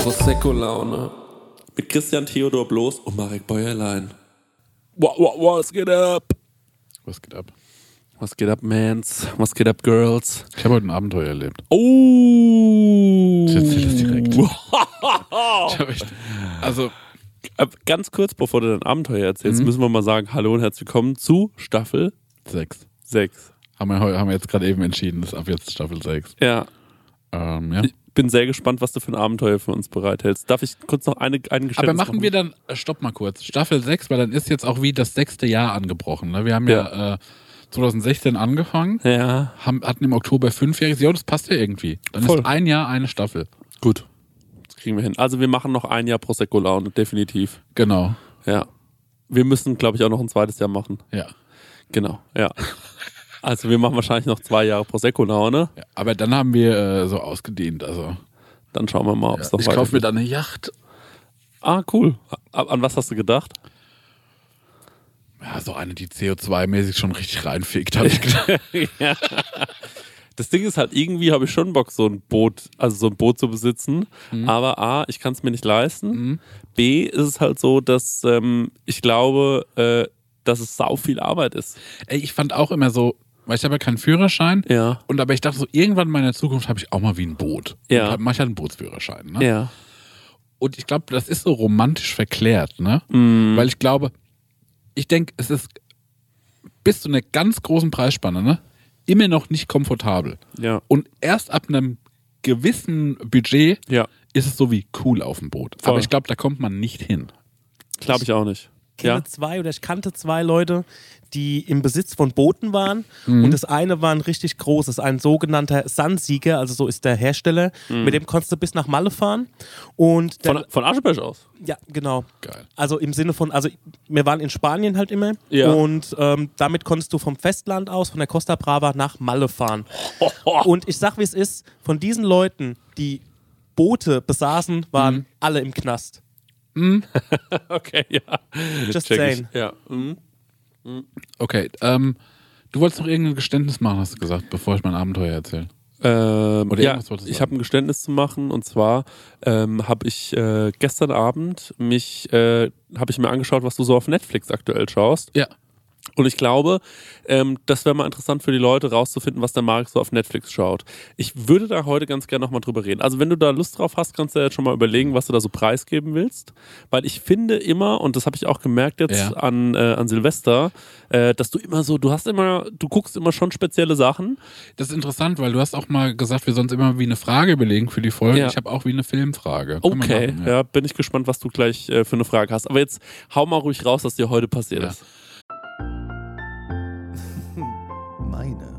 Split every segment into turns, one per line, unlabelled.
Prosecco-Laune. Mit Christian Theodor Bloß und Marek Bäuerlein.
What, what, was geht ab?
Was geht ab?
Was geht ab, Mans? Was geht ab, Girls?
Ich habe heute ein Abenteuer erlebt.
Oh!
Ich erzähl das direkt. Ich hab echt, also,
Äh, Ganz kurz, bevor du dein Abenteuer erzählst, müssen wir mal sagen: Hallo und herzlich willkommen zu Staffel
sechs.
6.
Haben wir, heu- haben wir jetzt gerade eben entschieden, das ist ab jetzt Staffel sechs.
Ja,
Ähm, ja.
ich bin sehr gespannt, was du für ein Abenteuer für uns bereithältst. Darf ich kurz noch eine, einen Geständnis
Aber machen wir dann, äh, stopp mal kurz, Staffel sechs, weil dann ist jetzt auch wie das sechste Jahr angebrochen. Ne? Wir haben ja, äh, 2016 angefangen,
Ja,
haben, hatten im Oktober fünfjähriges. Ja, das passt ja irgendwie. Dann
Voll.
ist ein Jahr eine Staffel.
gut. Das kriegen wir hin. Also, wir machen noch ein Jahr Prosecco-Laune, definitiv.
Genau.
Ja. Wir müssen, glaube ich, auch noch ein zweites Jahr machen.
Ja.
Genau, ja. Also wir machen wahrscheinlich noch zwei Jahre Prosecco-Laune.
ja. Aber dann haben wir äh, so ausgedient. Also,
Dann schauen wir mal, ob es noch
ich
weiter
kaufe mir
geht.
dann eine Yacht.
Ah, cool. A- An was hast du gedacht?
Ja, so eine, die CO2-mäßig schon richtig reinfickt, habe ich gedacht.
Das Ding ist halt, irgendwie habe ich schon Bock, so ein Boot, also so ein Boot zu besitzen. Aber A, ich kann es mir nicht leisten. B, ist es halt so, dass ähm, ich glaube, äh, dass es sau viel Arbeit ist.
Ey, ich fand auch immer so, weil ich habe ja keinen Führerschein.
Ja.
Und aber ich dachte so, irgendwann in meiner Zukunft habe ich auch mal wie ein Boot.
Ja.
Und hab- Mach ich halt einen Bootsführerschein. Ne?
Ja.
Und ich glaube, das ist so romantisch verklärt, ne?
Mhm.
Weil ich glaube, ich denke, es ist bis zu einer ganz großen Preisspanne, ne? Immer noch nicht komfortabel.
Ja.
Und erst ab einem gewissen Budget
Ja.
ist es so wie cool auf dem Boot.
Voll.
Aber ich glaube, da kommt man nicht hin.
Glaube ich auch nicht.
kenne
Ja.
zwei oder ich kannte zwei Leute, die im Besitz von Booten waren.
Mhm.
Und das eine war ein richtig großes, ein sogenannter Sunsieger, also so ist der Hersteller. Mit dem konntest du bis nach Malle fahren. Und der,
Mhm. Von, von Ascheberg aus.
ja, genau.
Geil.
Also im Sinne von, also wir waren in Spanien halt immer
Ja.
und ähm, damit konntest du vom Festland aus, von der Costa Brava nach Malle fahren. Und ich sag, wie es ist, von diesen Leuten, die Boote besaßen, waren
Mhm.
alle im Knast.
Okay, ja.
Just
Check ich.
saying.
Ja. Mhm.
Okay, ähm, du wolltest noch irgendein Geständnis machen, hast du gesagt, bevor ich mein Abenteuer erzähle.
Ähm,
Oder
ja,
irgendwas wolltest du
ich
sagen.
habe ein Geständnis zu machen und zwar ähm, habe ich äh, gestern Abend mich äh, habe ich mir angeschaut, was du so auf Netflix aktuell schaust
Ja.
und ich glaube, ähm, das wäre mal interessant für die Leute rauszufinden, was der Marek so auf Netflix schaut. Ich würde da heute ganz gerne nochmal drüber reden. Also wenn du da Lust drauf hast, kannst du ja jetzt schon mal überlegen, was du da so preisgeben willst, weil ich finde immer und das habe ich auch gemerkt jetzt
Ja.
an äh, an Silvester, äh, dass du immer so, du hast immer, du guckst immer schon spezielle Sachen.
Das ist interessant, weil du hast auch mal gesagt, wir sollen uns immer wie eine Frage belegen für die Folge.
Ja.
Ich habe auch wie eine Filmfrage. Können wir
Okay,
machen,
ja. bin ich gespannt, was du gleich äh, für eine Frage hast. Aber jetzt hau mal ruhig raus, was dir heute passiert
Ja.
ist.
Meine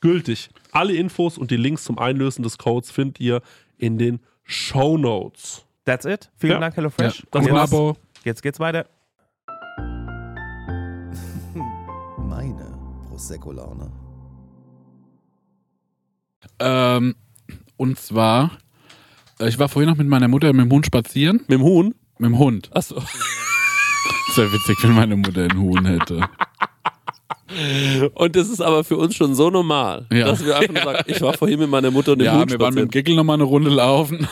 gültig. Alle Infos und die Links zum Einlösen des Codes findet ihr in den Show Notes.
That's it. Vielen
Ja.
Dank, HelloFresh.
ja.
Und
das
jetzt-
Abo.
Jetzt geht's weiter.
Meine Prosecco-Laune.
Ähm, und zwar, äh, ich war vorhin noch mit meiner Mutter mit dem Hund spazieren.
Mit dem Huhn?
Mit dem Hund.
Achso.
Das wäre witzig, wenn meine Mutter einen Huhn hätte.
Und das ist aber für uns schon so normal,
Ja.
dass wir einfach nur sagen, ich war vorhin mit meiner Mutter und dem
ja,
Hund
wir waren mit dem
spazieren.
Gickel nochmal eine Runde laufen.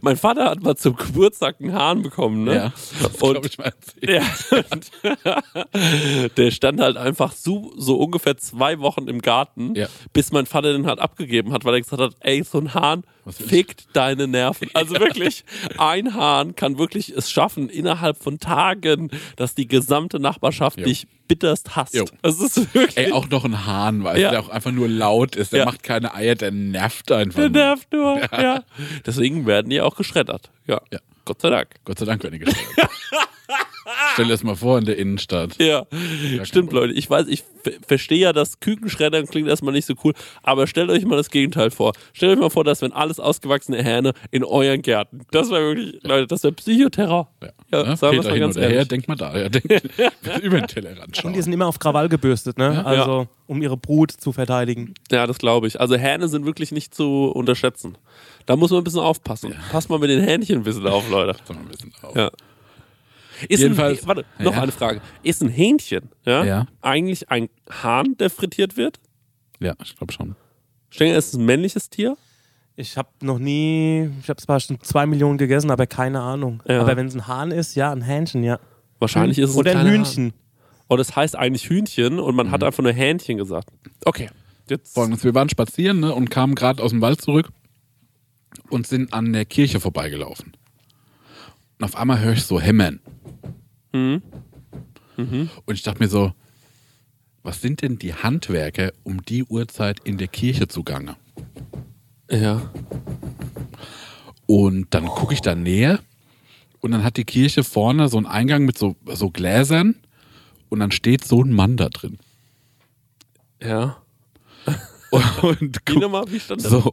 Mein Vater hat mal zum Geburtstag einen Hahn bekommen, ne?
Ja, das
Und-
glaub ich mal erzählt.
Ja. der stand halt einfach so, so ungefähr zwei Wochen im Garten,
Ja.
bis mein Vater den halt abgegeben hat, weil er gesagt hat, ey, so ein Hahn
Was ist-
fickt deine Nerven. Also wirklich, ein Hahn kann wirklich es schaffen, innerhalb von Tagen, dass die gesamte Nachbarschaft
Jo.
dich bitterst hasst.
Jo.
Das ist wirklich...
Ey, auch noch ein Hahn, weißt
Ja.
du, der auch einfach nur laut ist. Der
Ja.
macht keine Eier, der nervt einfach.
Der
nur.
nervt nur, ja. Deswegen werden die auch geschreddert. Ja.
Ja.
Gott sei Dank.
Gott sei Dank, wenn ihr gestellt Stell dir das mal vor in der Innenstadt.
Ja. Stimmt,
Problem.
Leute. Ich weiß, ich ver- verstehe ja, dass Kükenschreddern klingt erstmal nicht so cool, aber stellt euch mal das Gegenteil vor. Stellt euch mal vor, dass wenn alles ausgewachsene Hähne in euren Gärten. Das wäre wirklich,
Äh,
Leute, das wäre Psychoterror.
Ja,
Ja,
ne?
sagen wir es
Peter
mal
hin
ganz
oder her,
ehrlich.
denk mal da. Ja, denk, über den Tellerrand
Und
schauen.
die sind immer auf Krawall gebürstet, ne? Also, um ihre Brut zu verteidigen.
Ja, das glaube ich. Also Hähne sind wirklich nicht zu unterschätzen. Da muss man ein bisschen aufpassen. Passt mal mit den Hähnchen ein bisschen auf, Leute.
Sag mal ein bisschen auf.
Ja. Ist
Jedenfalls-
ein, warte, noch
Ja.
eine Frage. Ist ein Hähnchen ja,
Ja.
eigentlich ein Hahn, der frittiert wird?
ja ich glaube schon.
Stell dir, es ist ein männliches Tier.
Ich habe noch nie, ich habe zwar schon zwei Millionen gegessen, aber keine Ahnung.
Ja.
Aber wenn es ein Hahn ist, ja, ein Hähnchen, ja.
Hm.
Wahrscheinlich ist es
Oder
ein,
ein
kleiner
Hühnchen.
Hahn. Und es heißt eigentlich Hühnchen und man hat
Mhm.
einfach nur Hähnchen gesagt.
Okay.
Jetzt
Folgendes, wir waren spazieren ne, und kamen gerade aus dem Wald zurück und sind an der Kirche vorbeigelaufen. Und auf einmal höre ich so hämmern. Mhm. Und ich dachte mir so, was sind denn die Handwerker um die Uhrzeit in der Kirche zugange?
ja.
Und dann gucke ich da näher und dann hat die Kirche vorne so einen Eingang mit so, so Gläsern und dann steht so ein Mann da drin.
Ja.
Und
Wie
guck,
nochmal, wie stand das?
so,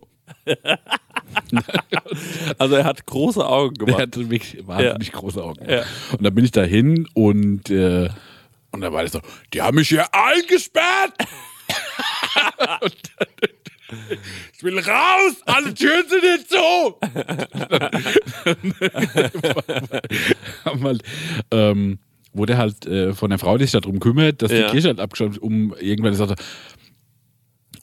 Also er hat große Augen
Der
gemacht.
hatte wirklich wahnsinnig große Augen.
Ja.
Und dann bin ich da hin und, äh, und dann war das so, die haben mich hier eingesperrt. Und dann- ich will raus, alle Türen sind jetzt zu. Haben halt, ähm, wurde halt äh, von der Frau, die sich darum kümmert, dass
Ja.
die Kirche halt abgeschaut wird, um irgendwann sagte,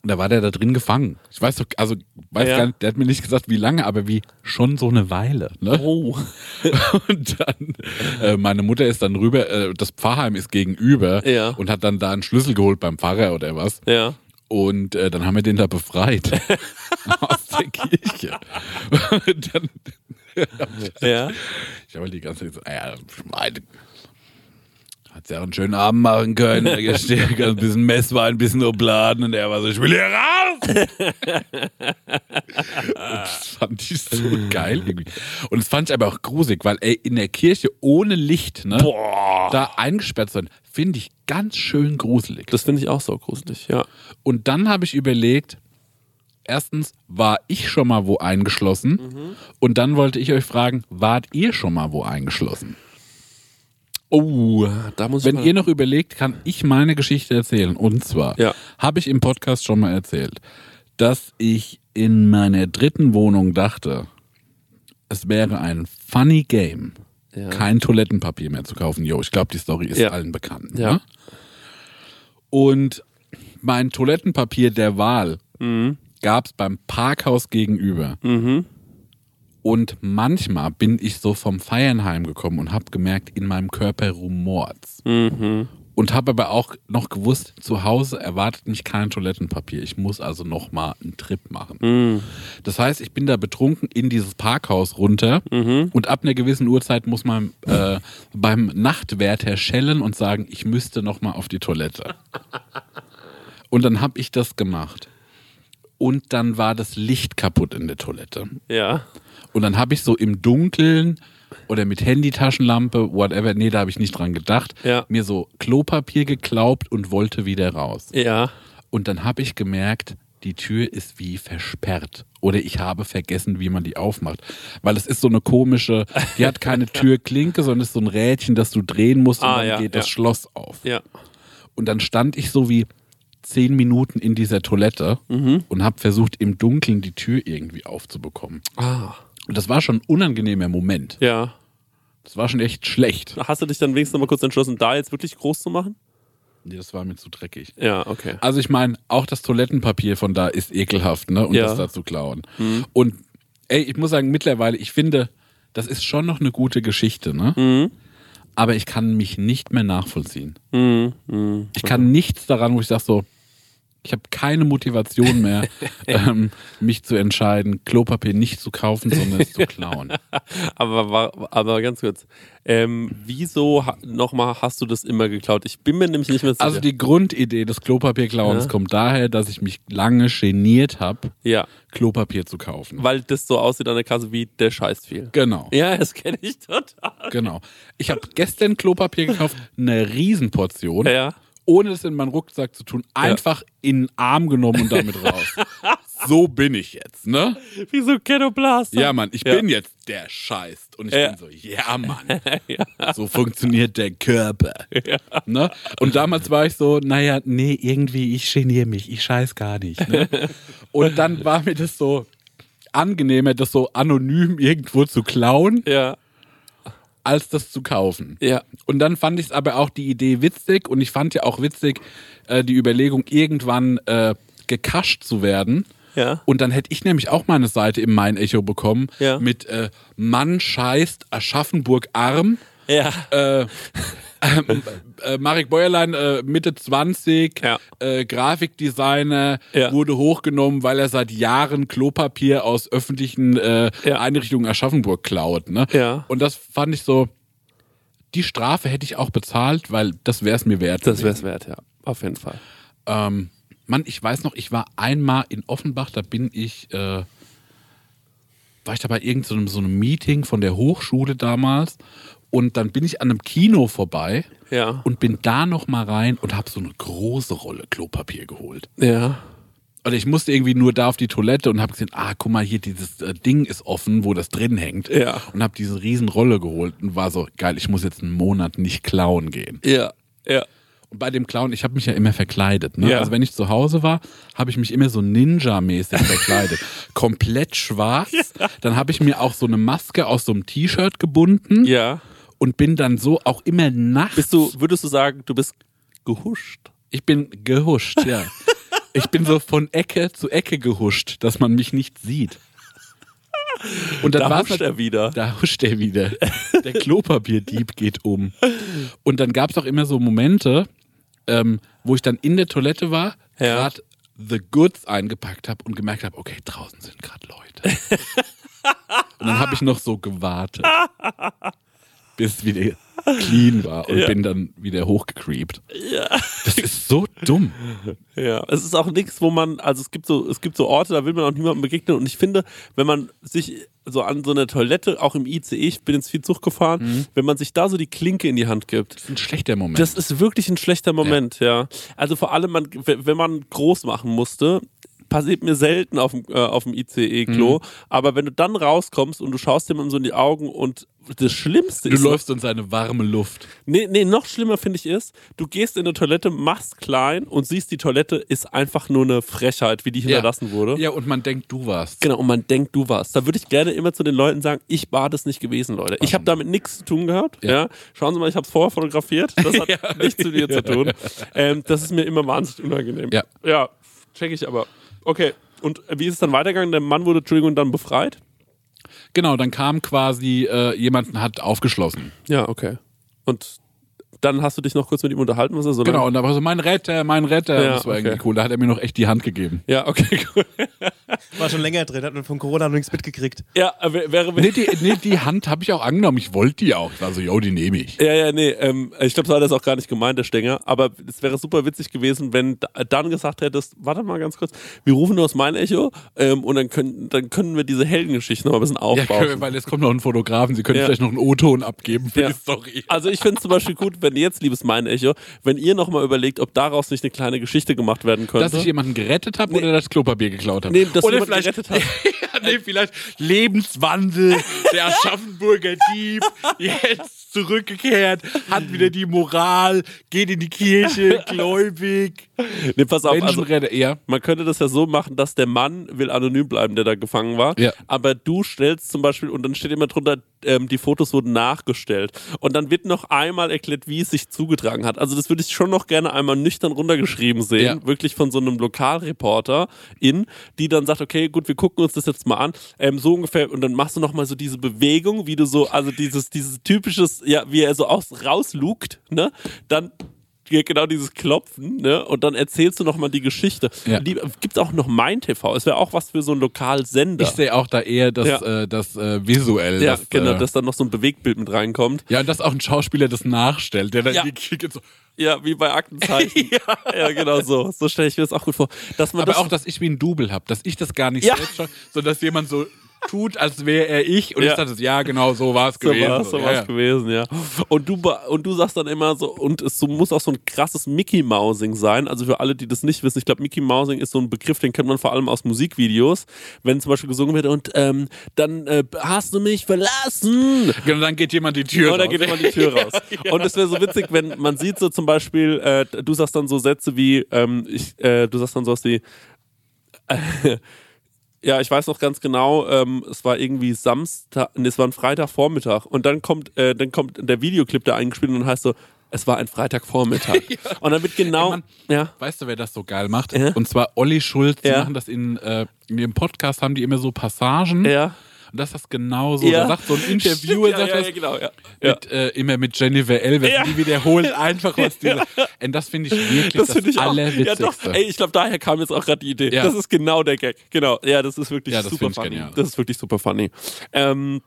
und da war der da drin gefangen. Ich weiß doch, also weiß
Ja.
gar nicht, der hat mir nicht gesagt, wie lange, aber wie schon so eine Weile. Ne?
Oh.
Und dann, äh, meine Mutter ist dann rüber, äh, das Pfarrheim ist gegenüber
Ja.
und hat dann da einen Schlüssel geholt beim Pfarrer oder was.
Ja.
Und äh, dann haben wir den da befreit. aus der Kirche. Und dann,
Ja.
ich habe halt die ganze Zeit gesagt, naja, meine, hat ja auch einen schönen Abend machen können. Da steht ein bisschen Messwein, ein bisschen Obladen und er war so, ich will hier raus! Das fand ich so geil irgendwie. Und das fand ich aber auch gruselig, weil ey, in der Kirche ohne Licht, ne, da eingesperrt zu sein, finde ich ganz schön gruselig.
Das finde ich auch so gruselig, ja.
Und dann habe ich überlegt, erstens, war ich schon mal wo eingeschlossen? Und dann wollte ich euch fragen, wart ihr schon mal wo eingeschlossen?
Oh, da muss
Wenn
ich. mal-
ihr noch überlegt, kann ich meine Geschichte erzählen. Und zwar
Ja.
habe ich im Podcast schon mal erzählt, dass ich in meiner dritten Wohnung dachte, es wäre ein funny game, kein Toilettenpapier mehr zu kaufen. Jo, ich glaube, die Story ist
Ja.
allen bekannt.
Ja.
Ne? Und mein Toilettenpapier der Wahl
Mhm.
gab es beim Parkhaus gegenüber. Und manchmal bin ich so vom Feiern heimgekommen und habe gemerkt, in meinem Körper rumort's
Mhm.
und habe aber auch noch gewusst, zu Hause erwartet mich kein Toilettenpapier. Ich muss also noch mal einen Trip machen. Das heißt, ich bin da betrunken in dieses Parkhaus runter und ab einer gewissen Uhrzeit muss man äh, beim Nachtwärter schellen und sagen, ich müsste noch mal auf die Toilette. Und dann habe ich das gemacht. Und dann war das Licht kaputt in der Toilette.
Ja.
Und dann habe ich so im Dunkeln oder mit Handytaschenlampe, whatever, nee, da habe ich nicht dran gedacht,
Ja.
mir so Klopapier geklaubt und wollte wieder raus.
Ja.
Und dann habe ich gemerkt, die Tür ist wie versperrt. Oder ich habe vergessen, wie man die aufmacht. Weil es ist so eine komische, die hat keine Türklinke, sondern es ist so ein Rädchen, das du drehen musst und
Ah,
dann
ja,
geht das
ja.
Schloss auf.
Ja.
Und dann stand ich so wie zehn Minuten in dieser Toilette
Mhm.
und habe versucht, im Dunkeln die Tür irgendwie aufzubekommen.
Ah.
Und das war schon ein unangenehmer Moment.
Ja.
Das war schon echt schlecht.
Hast du dich dann wenigstens noch mal kurz entschlossen, da jetzt wirklich groß zu machen? Ah.
Nee, das war mir zu dreckig.
Ja, okay.
Also ich meine, auch das Toilettenpapier von da ist ekelhaft, ne? Und
Ja. Mhm.
das da zu klauen. Und ey, ich muss sagen, mittlerweile, ich finde, das ist schon noch eine gute Geschichte, ne?
Mhm.
Aber ich kann mich nicht mehr nachvollziehen.
Hm,
Ich
Mhm.
kann nichts daran, wo ich sage so, ich habe keine Motivation mehr, ähm, mich zu entscheiden, Klopapier nicht zu kaufen, sondern es zu klauen.
Aber, war- aber ganz kurz. Ähm, wieso ha- nochmal hast du das immer geklaut? Ich bin mir nämlich nicht mehr sicher.
Also die Grundidee des Klopapierklauens
Ja.
kommt daher, dass ich mich lange geniert habe,
ja,
Klopapier zu kaufen.
weil das so aussieht an der Kasse wie der Scheiß viel.
Genau,
Ja, das kenne ich total.
genau. Ich habe gestern Klopapier gekauft, eine Riesenportion,
Ja.
ohne es in meinen Rucksack zu tun, einfach in den Arm genommen und damit raus. so bin ich jetzt, ne?
Wieso Kenoblaster?
Ja, Mann, ich
Ja.
bin jetzt der Scheiß. Und ich
Ja.
bin so, ja, Mann. So funktioniert der Körper. Ne? Und damals war ich so, naja, nee, irgendwie, ich geniere mich, ich scheiß gar nicht. Ne? Und dann war mir das so angenehmer, das so anonym irgendwo zu klauen,
Ja.
als das zu kaufen.
Ja.
Und dann fand ich es aber auch die Idee witzig und ich fand ja auch witzig äh, die Überlegung, irgendwann äh, gekascht zu werden.
Ja.
Und dann hätte ich nämlich auch mal eine Seite im Main Echo bekommen
Ja.
mit äh, Mann scheißt Aschaffenburg arm.
Ja.
Äh, ähm, äh, Marek Bäuerlein, äh, Mitte 20,
Ja.
äh, Grafikdesigner,
Ja.
wurde hochgenommen, weil er seit Jahren Klopapier aus öffentlichen äh,
Ja.
Einrichtungen Aschaffenburg klaut. Ne?
Ja.
Und das fand ich so, die Strafe hätte ich auch bezahlt, weil das wäre es mir wert.
Das
gewesen.
wäre es wert, ja. Auf jeden Fall.
Ähm, Mann, ich weiß noch, ich war einmal in Offenbach, da bin ich, äh, war ich da bei irgendeinem so einem- so einem Meeting von der Hochschule damals und dann bin ich an einem Kino vorbei
Ja.
und bin da noch mal rein und habe so eine große Rolle Klopapier geholt.
Ja.
Oder ich musste irgendwie nur da auf die Toilette und habe gesehen, ah, guck mal, hier dieses äh, Ding ist offen, wo das drin hängt.
Ja.
Und habe diese riesen Rolle geholt und war so, geil, ich muss jetzt einen Monat nicht klauen gehen.
Ja. Ja.
Und bei dem Clown, ich habe mich ja immer verkleidet. Ne?
Ja.
Also wenn ich zu Hause war, habe ich mich immer so Ninja-mäßig verkleidet. Komplett schwarz. Dann habe ich mir auch so eine Maske aus so einem T-Shirt gebunden
Ja.
und bin dann so auch immer nachts.
Bist du, würdest du sagen, du bist gehuscht?
Ich bin gehuscht, ja. ich bin so von Ecke zu Ecke gehuscht, dass man mich nicht sieht. Und dann
Da
war's halt-
huscht
nat-
er wieder.
Da huscht er wieder. Der Klopapierdieb geht um. Und dann gab es auch immer so Momente, ähm, wo ich dann in der Toilette war,
Ja.
gerade The Goods eingepackt habe und gemerkt habe, okay, draußen sind gerade Leute. und dann habe ich noch so gewartet, bis wieder clean war und bin dann wieder hochgecreept. Das ist so dumm.
Ja, es ist auch nichts, wo man, also es gibt so, es gibt so Orte, da will man auch niemandem begegnen. Und ich finde, wenn man sich so an so eine Toilette, auch im ICE, ich bin ins Viehzug gefahren, wenn man sich da so die Klinke in die Hand gibt,
Das ist ein schlechter Moment.
das ist wirklich ein schlechter Moment, ja. Also vor allem, man, w- wenn man groß machen musste, passiert mir selten auf dem, äh, auf dem ICE-Klo.
Mhm.
Aber wenn du dann rauskommst und du schaust jemandem so in die Augen und das Schlimmste
du
ist.
läufst in seine warme Luft.
Nee, nee, noch schlimmer finde ich ist, du gehst in eine Toilette, machst klein und siehst, die Toilette ist einfach nur eine Frechheit, wie die hinterlassen wurde.
Ja, und man denkt, du warst.
Genau, und man denkt, du warst. Da würde ich gerne immer zu den Leuten sagen, ich war das nicht gewesen, Leute. Ich habe damit nichts zu tun gehabt. Ja.
Ja.
Schauen Sie mal, ich habe es vorher fotografiert. Das hat nichts mit dir zu tun. Ähm, das ist mir immer wahnsinnig unangenehm.
Ja.
ja, check ich aber. Okay, und wie ist es dann weitergegangen? Der Mann wurde, Entschuldigung, dann befreit?
Genau, dann kam quasi äh, jemand und hat aufgeschlossen.
Ja, okay. Und dann hast du dich noch kurz mit ihm unterhalten, was er so
Genau, und da war so, mein Retter, mein Retter.
Ja,
das war irgendwie
okay.
cool. Da hat er mir noch echt die Hand gegeben.
Ja, okay, cool.
War schon länger drin, hat man von Corona noch nichts mitgekriegt.
Ja, wär- wäre
Nee, die, nee, die Hand habe ich auch angenommen. Ich wollte die auch. Ich war so, yo, die nehme ich.
Ja, ja, nee, ähm, ich glaube, so hat er es auch gar nicht gemeint, der Stenger. Aber es wäre super witzig gewesen, wenn da- dann gesagt hättest, warte mal ganz kurz, wir rufen nur aus mein Echo ähm, und dann können, dann können wir diese Heldengeschichte noch mal ein bisschen
Ja,
aufbauen.
weil jetzt kommt noch ein Fotografen. Sie können
Ja.
vielleicht noch einen O-Ton abgeben für
Ja.
die Story.
also ich finde es zum Beispiel gut, wenn jetzt, liebes Mein Echo, wenn ihr nochmal überlegt, ob daraus nicht eine kleine Geschichte gemacht werden könnte.
Dass ich jemanden gerettet habe oder das Klopapier geklaut habe.
Nee, dass
oder
jemand gerettet hat.
ja, nee, vielleicht Lebenswandel, der Aschaffenburger Dieb, jetzt zurückgekehrt, hat wieder die Moral, geht in die Kirche, gläubig.
nee, pass auf, also,
Menschenretter, ja.
man könnte das ja so machen, dass der Mann will anonym bleiben, der da gefangen war.
Ja.
Aber du stellst zum Beispiel, und dann steht immer drunter, ähm, die Fotos wurden nachgestellt. Und dann wird noch einmal erklärt, wie es sich zugetragen hat. Also das würde ich schon noch gerne einmal nüchtern runtergeschrieben sehen.
Ja.
Wirklich von so einem Lokalreporter in, die dann sagt, okay, gut, wir gucken uns das jetzt mal an. Ähm, so ungefähr, und dann machst du nochmal so diese Bewegung, wie du so, also dieses, dieses typisches, ja, wie er so aus, rauslugt, ne? Dann ja, genau dieses Klopfen, ne? Und dann erzählst du nochmal die Geschichte.
Ja.
Lieb- Gibt's auch noch Mein TV? Es wäre auch was für so einen Lokalsender.
Ich sehe auch da eher das,
Ja.
äh, das äh, visuell.
ja,
das,
genau,
äh,
dass dann noch so ein Bewegtbild mit reinkommt.
ja, und dass auch ein Schauspieler das nachstellt, der dann
Ja.
die Kirche so.
Ja, wie bei Aktenzeichen. ja. genau so. So stelle ich mir das auch gut vor. Dass man
Aber
das,
auch, dass ich wie ein Double habe, dass ich das gar nicht
Ja.
selbst schon, sondern dass jemand so tut, als wäre er ich und
Ja.
ich dachte, ja, genau, so war es
so
gewesen.
war so
ja,
was
ja.
gewesen, ja. Und du, ba- und du sagst dann immer so, und es so- muss auch so ein krasses Mickey Mousing sein. Also für alle, die das nicht wissen, ich glaube, Mickey Mousing ist so ein Begriff, den kennt man vor allem aus Musikvideos, wenn zum Beispiel gesungen wird und ähm, dann äh, hast du mich verlassen.
Genau, dann geht jemand die Tür.
Und dann
raus.
Oh, geht immer die Tür raus. Und es wäre so witzig, wenn man sieht so zum Beispiel, äh, du sagst dann so Sätze wie, ähm, ich, äh, du sagst dann sowas wie, äh, ja, ich weiß noch ganz genau, ähm, es war irgendwie Samstag, nee, es war ein Freitagvormittag und dann kommt, äh, dann kommt der Videoclip da eingespielt und heißt so, es war ein Freitagvormittag. Und dann wird genau,
Mann.
ja,
Weißt du, wer das so geil macht?
Ja.
Und zwar Olli Schulz. Die
Ja.
machen das in, äh, in ihrem Podcast, haben die immer so Passagen.
ja,
Und das ist genauso.
Ja.
Da sagt so ein Interviewer,
ja,
sagt
ja,
das
ja, genau, ja. ja.
Mit, äh, immer mit Jennifer Elvers.
Ja.
Die wiederholen einfach was. Die Und das finde ich wirklich das,
finde
Allerwitzigste.
Ja, doch. Ey, ich glaube, daher kam jetzt auch gerade die Idee.
Ja.
Das ist genau der Gag. Genau. Ja, das ist wirklich
Ja, das
super
find ich
funny.
genial.
Das ist wirklich super funny. Ähm,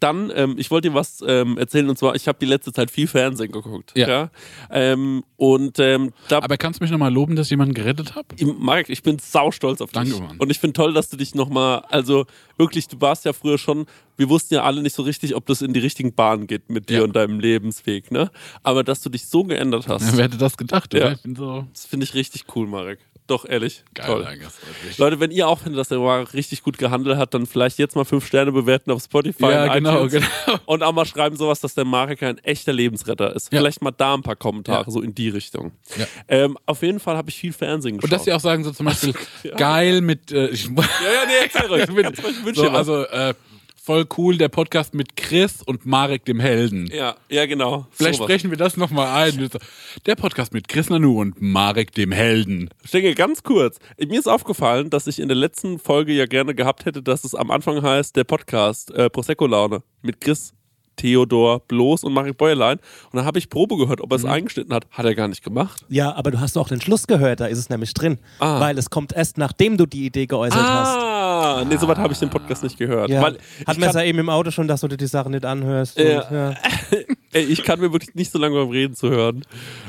dann, ähm, ich wollte dir was ähm, erzählen und zwar, ich habe die letzte Zeit viel Fernsehen geguckt.
Ja.
Ähm, und ähm, da
Aber kannst du mich nochmal loben, dass ich jemanden gerettet habe?
Marc, ich bin saustolz auf dich.
Danke, Mann.
Und ich finde toll, dass du dich nochmal, also wirklich, du warst ja früher schon, wir wussten ja alle nicht so richtig, ob das in die richtigen Bahnen geht mit dir
Ja.
und deinem Lebensweg, ne? Aber dass du dich so geändert hast,
Wer hätte das gedacht?
Ja.
Oder? Ich bin so
das finde ich richtig cool, Marek. Doch, ehrlich.
geil.
toll.
danke, das freut mich.
Leute, wenn ihr auch findet, dass der Marek richtig gut gehandelt hat, dann vielleicht jetzt mal fünf Sterne bewerten auf Spotify
Ja,
und
genau,
iTunes.
genau.
und auch mal schreiben sowas, dass der Marek ein echter Lebensretter ist.
Ja.
Vielleicht mal da ein paar Kommentare,
Ja.
so in die Richtung.
Ja.
Ähm, auf jeden Fall habe ich viel Fernsehen geschaut.
Und dass sie auch sagen, so zum Beispiel, geil mit. Äh, ich,
ja, ja, nee, erzähl ruhig. Ganz ruhig, wünsch
so,
dir was.
also, äh, voll cool, der Podcast mit Chris und Marek, dem Helden.
ja, ja, genau.
Vielleicht
Sowas.
sprechen wir das nochmal ein. Der Podcast mit Chris Nanu und Marek, dem Helden.
Stenge, ganz kurz. Mir ist aufgefallen, dass ich in der letzten Folge ja gerne gehabt hätte, dass es am Anfang heißt, der Podcast äh, Prosecco-Laune mit Chris Theodor Bloß und Marek Bäuerlein. Und dann habe ich Probe gehört, ob er es
Mhm.
eingeschnitten hat. Hat er gar nicht gemacht.
Ja, aber du hast auch den Schluss gehört, da ist es nämlich drin.
Ah.
Weil es kommt erst, nachdem du die Idee geäußert hast.
Ah, nee, soweit habe ich den Podcast nicht gehört.
Ja.
Weil
Hat
ich
man es
kann-
ja eben im Auto schon, dass du dir die Sachen nicht anhörst.
Ja.
Und, ja.
Ey, ich kann mir wirklich nicht so lange beim Reden zuhören.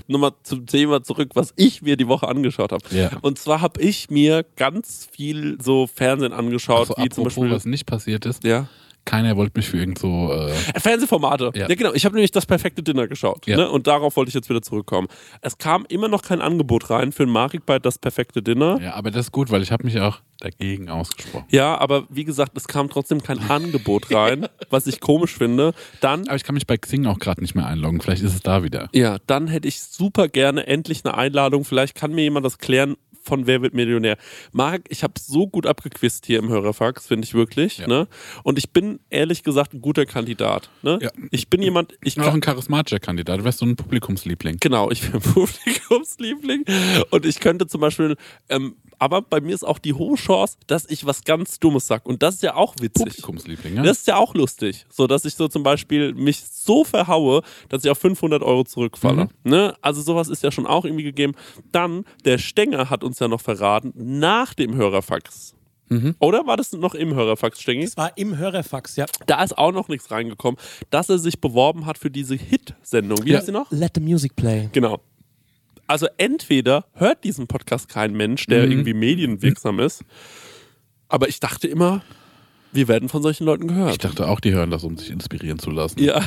Nochmal zum Thema zurück, was ich mir die Woche angeschaut habe.
Ja.
Und zwar habe ich mir ganz viel so Fernsehen angeschaut,
Also,
wie zum
apropos,
Beispiel.
was nicht passiert ist.
Ja.
Keiner wollte mich für irgend so. Äh,
Äh, Fernsehformate. Ja,
Ja.
genau. Ich habe nämlich das perfekte Dinner geschaut.
Ja.
Ne? Und darauf wollte ich jetzt wieder zurückkommen. Es kam immer noch kein Angebot rein für ein Marik bei das perfekte Dinner. Ja.
ja, aber das ist gut, weil ich habe mich auch dagegen ausgesprochen.
aber wie gesagt, es kam trotzdem kein Angebot rein, was ich komisch finde. Dann
Aber ich kann mich bei Xing auch gerade nicht mehr einloggen. Vielleicht ist es da wieder.
Ja, dann hätte ich super gerne endlich eine Einladung. Vielleicht kann mir jemand das klären, von Wer wird Millionär. Marc, ich habe so gut abgequist hier im Hörerfax, finde ich wirklich.
Ja.
Ne? Und ich bin ehrlich gesagt ein guter Kandidat. Ne?
Ja.
Ich bin jemand, ich
Ich bin auch
kann,
ein charismatischer Kandidat. Du wärst so ein Publikumsliebling.
genau, ich bin Publikumsliebling und ich könnte zum Beispiel, ähm, aber bei mir ist auch die hohe Chance, dass ich was ganz Dummes sag. Und das ist ja auch witzig.
Publikumsliebling, ja?
Das ist ja auch lustig, so dass ich so zum Beispiel mich so verhaue, dass ich auf 500 Euro
Mhm.
zurückfalle. Ne? Also sowas ist ja schon auch irgendwie gegeben. Dann der Stenger hat uns ja noch verraten nach dem Hörerfax. Oder war das noch im Hörerfax, Stengi?
Es war im Hörerfax, ja.
Da ist auch noch nichts reingekommen, dass er sich beworben hat für diese Hit-Sendung. Wie
Ja.
heißt sie noch?
Let the music play.
Genau. Also entweder hört diesen Podcast kein Mensch,
Mhm.
der irgendwie medienwirksam ist, aber ich dachte immer, wir werden von solchen Leuten gehört.
Ich dachte auch, die hören das, um sich inspirieren zu lassen.
Ja.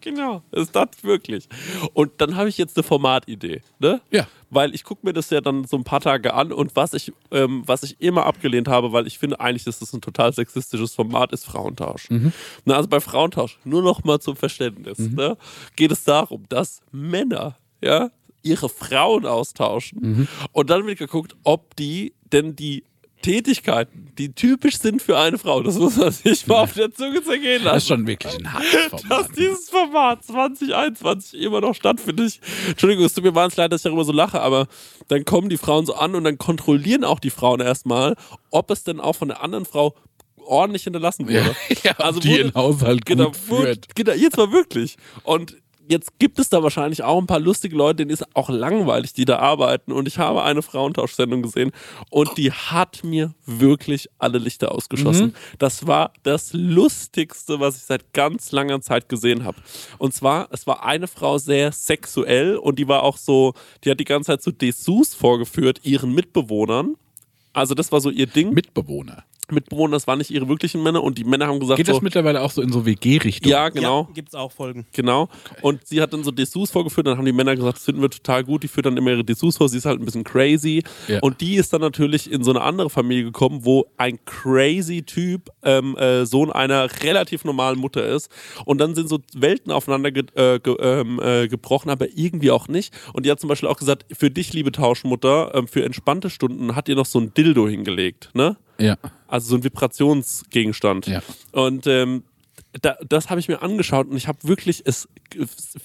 genau. Ist das wirklich. Und dann habe ich jetzt eine Formatidee, ne?
Ja.
Weil ich gucke mir das ja dann so ein paar Tage an und was ich, ähm, was ich immer abgelehnt habe, weil ich finde eigentlich, dass das ein total sexistisches Format ist, Frauentausch.
Mhm.
Na, also bei Frauentausch, nur noch mal zum Verständnis, ne, geht es darum, dass Männer ja, ihre Frauen austauschen
Mhm.
und dann wird geguckt, ob die denn die Tätigkeiten, die typisch sind für eine Frau, das muss man sich mal auf der Zunge zergehen lassen
Das ist schon wirklich ein hartes Format.
dass dieses Format 2021 immer noch stattfindet. Ich, Entschuldigung, es tut mir wahnsinnig leid, dass ich darüber so lache, aber dann kommen die Frauen so an und dann kontrollieren auch die Frauen erstmal, ob es denn auch von der anderen Frau ordentlich hinterlassen wurde. Also
Ja, die
wurde-
ihren Haushalt gut
wurde-
führt.
Genau, jetzt mal wirklich. Und jetzt gibt es da wahrscheinlich auch ein paar lustige Leute, denen ist auch langweilig, die da arbeiten. Und ich habe eine Frauentauschsendung gesehen und die hat mir wirklich alle Lichter ausgeschossen.
Mhm.
Das war das Lustigste, was ich seit ganz langer Zeit gesehen habe. Und zwar, es war eine Frau sehr sexuell und die war auch so, die hat die ganze Zeit so Dessous vorgeführt, ihren Mitbewohnern. Also das war so ihr Ding.
Mitbewohner.
Mitbewohner, das waren nicht ihre wirklichen Männer und die Männer haben gesagt
Geht
so,
das mittlerweile auch so in so WG-Richtung?
ja, genau.
Ja, gibt's auch Folgen.
Genau. Und sie hat dann so Dessous vorgeführt, dann haben die Männer gesagt, das finden wir total gut, die führt dann immer ihre Dessous vor, sie ist halt ein bisschen crazy.
Ja.
Und die ist dann natürlich in so eine andere Familie gekommen, wo ein crazy Typ ähm, äh, Sohn einer relativ normalen Mutter ist. Und dann sind so Welten aufeinander ge äh, ge ähm, äh, gebrochen, aber irgendwie auch nicht. Und die hat zum Beispiel auch gesagt, für dich, liebe Tauschmutter, ähm, für entspannte Stunden hat ihr noch so ein Dildo hingelegt, ne?
Ja.
Also so ein Vibrationsgegenstand.
Ja.
Und ähm, da, das habe ich mir angeschaut und ich habe wirklich es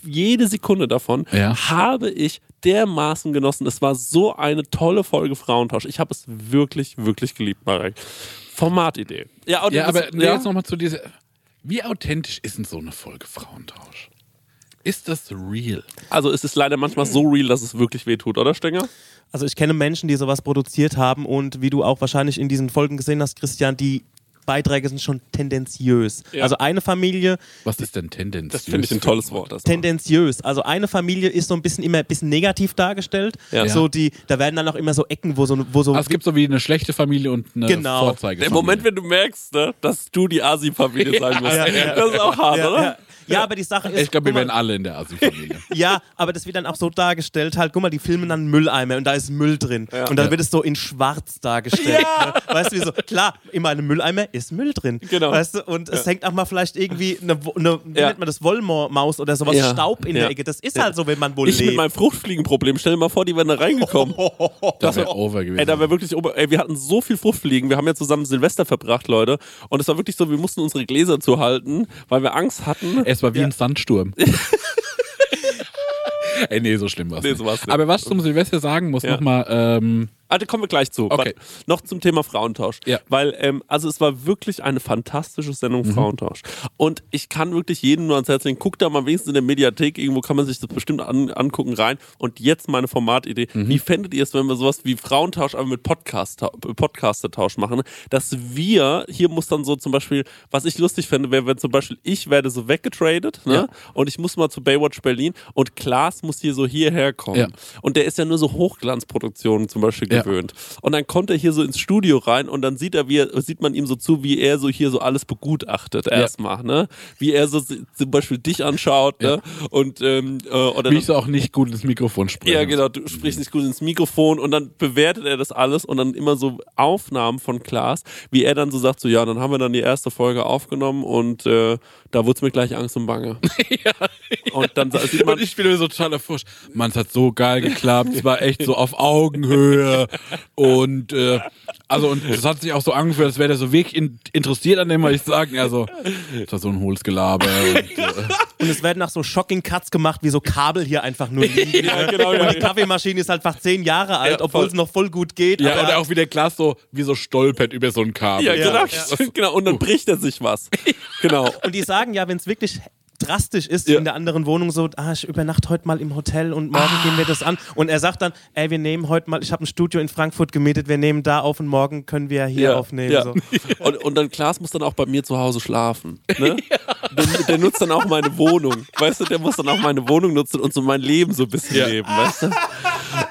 jede Sekunde davon
Ja.
habe ich dermaßen genossen. Es war so eine tolle Folge Frauentausch. Ich habe es wirklich, wirklich geliebt, Marek. Formatidee. Ja, und
Ja,
das-
aber nee,
ja.
jetzt nochmal zu dieser. Wie authentisch ist denn so eine Folge Frauentausch? Ist das real?
also es ist leider manchmal so real, dass es wirklich wehtut, oder Stenger?
Also ich kenne Menschen, die sowas produziert haben und wie du auch wahrscheinlich in diesen Folgen gesehen hast, Christian, die Beiträge sind schon tendenziös.
Ja.
Also eine Familie,
Was ist denn Tendenz?
Das finde ich ein tolles Wort. erstmal.
tendenziös. Also eine Familie ist so ein bisschen immer ein bisschen negativ dargestellt.
Ja.
So die, da werden dann auch immer so Ecken, wo so, wo so
Ah, es gibt so wie eine schlechte Familie und eine
Genau.
Vorzeigefamilie.
Der Moment, wenn du merkst, ne, dass du die Asi-Familie sein musst, das ist auch hart,
ja,
oder?
ja. ja, aber die Sache ist.
ich glaube, wir
guck mal,
wären alle in der Asi-Familie.
Ja, aber das wird dann auch so dargestellt, halt, guck mal, die filmen dann einen Mülleimer und da ist Müll drin. Und dann
Ja.
wird es so in schwarz dargestellt. Ne? Weißt du, wie so, klar, in meinem Mülleimer ist Müll drin.
Genau.
Weißt du, und es hängt auch mal vielleicht irgendwie eine, Wo- eine wie
Ja.
nennt man das, Wollmaus oder sowas,
Ja.
Staub in
Ja.
der Ecke. Das ist halt so, wenn man wohl
Ich mit
lebt.
meinem Fruchtfliegenproblem, stell dir mal vor, die wären da reingekommen. Also,
Das wäre over gewesen.
Ey, da wäre wirklich, ober- ey, wir hatten so viel Fruchtfliegen. Wir haben ja zusammen Silvester verbracht, Leute. Und es war wirklich so, wir mussten unsere Gläser zuhalten, weil wir Angst hatten.
es war wie ein Sandsturm. Ey, nee, so schlimm war es
Nee,
nicht.
so war's nicht.
Aber was ich zum Silvester sagen muss,
Ja.
nochmal, ähm,
Ah, da kommen wir gleich zu.
Okay.
Warte, Noch zum Thema Frauentausch.
Ja. Mhm.
Weil, ähm, also es war wirklich eine fantastische Sendung Frauentausch. Und ich kann wirklich jedem nur ans Herz legen, guckt da mal wenigstens in der Mediathek, irgendwo kann man sich das bestimmt an, angucken rein. Und jetzt meine Formatidee.
Mhm.
Wie fändet ihr es, wenn wir sowas wie Frauentausch, aber mit Podcast, Podcaster-Tausch machen? Dass wir, hier muss dann so zum Beispiel, was ich lustig fände, wäre, wenn zum Beispiel ich werde so weggetradet, ne?
Ja.
Und ich muss mal zu Baywatch Berlin und Klaas muss hier so hierher kommen.
Ja.
Und der ist ja nur so Hochglanzproduktionen zum Beispiel
Ja.
gewöhnt. Und dann kommt er hier so ins Studio rein und dann sieht er, wie er, sieht man ihm so zu, wie er so hier so alles begutachtet erstmal, ne? Wie er so si- zum Beispiel dich anschaut, ne? Und ähm, äh, oder
Wie ich so auch nicht gut ins Mikrofon spreche.
ja, genau, du sprichst nicht gut ins Mikrofon und dann bewertet er das alles und dann immer so Aufnahmen von Klaas, wie er dann so sagt, so ja, dann haben wir dann die erste Folge aufgenommen und äh, da wurde es mir gleich Angst und Bange. Und dann sa- sieht man,
Und ich bin mir so total erforscht. Mann, es hat so geil geklappt. Es war echt so auf Augenhöhe. Und äh, also und es hat sich auch so angefühlt, als wäre der so wirklich in, interessiert an dem, was ich sage. Also, das war so ein hohles Gelaber. Und, äh,
Und es werden nach so Shocking Cuts gemacht, wie so Kabel hier einfach nur liegen. ne?
Ja, genau,
und
ja,
die Kaffeemaschine ist halt fast zehn Jahre alt, obwohl
voll.
es noch voll gut geht.
ja,
aber
und auch wie der Glas so wie so stolpert über so ein Kabel.
ja,
Ja.
genau, genau, und dann bricht er sich was. Genau.
Und die sagen ja, wenn es wirklich drastisch ist
Ja.
in der anderen Wohnung, so, ah, ich übernachte heute mal im Hotel und morgen gehen wir das an.
Ah.
Und er sagt dann, ey, wir nehmen heute mal, ich habe ein Studio in Frankfurt gemietet, wir nehmen da auf und morgen können wir hier aufnehmen.
ja.
So.
Und, und dann Klaas muss dann auch bei mir zu Hause schlafen. Ne? Der, der nutzt dann auch meine Wohnung. Weißt du, der muss dann auch meine Wohnung nutzen und so mein Leben so ein bisschen leben, weißt du?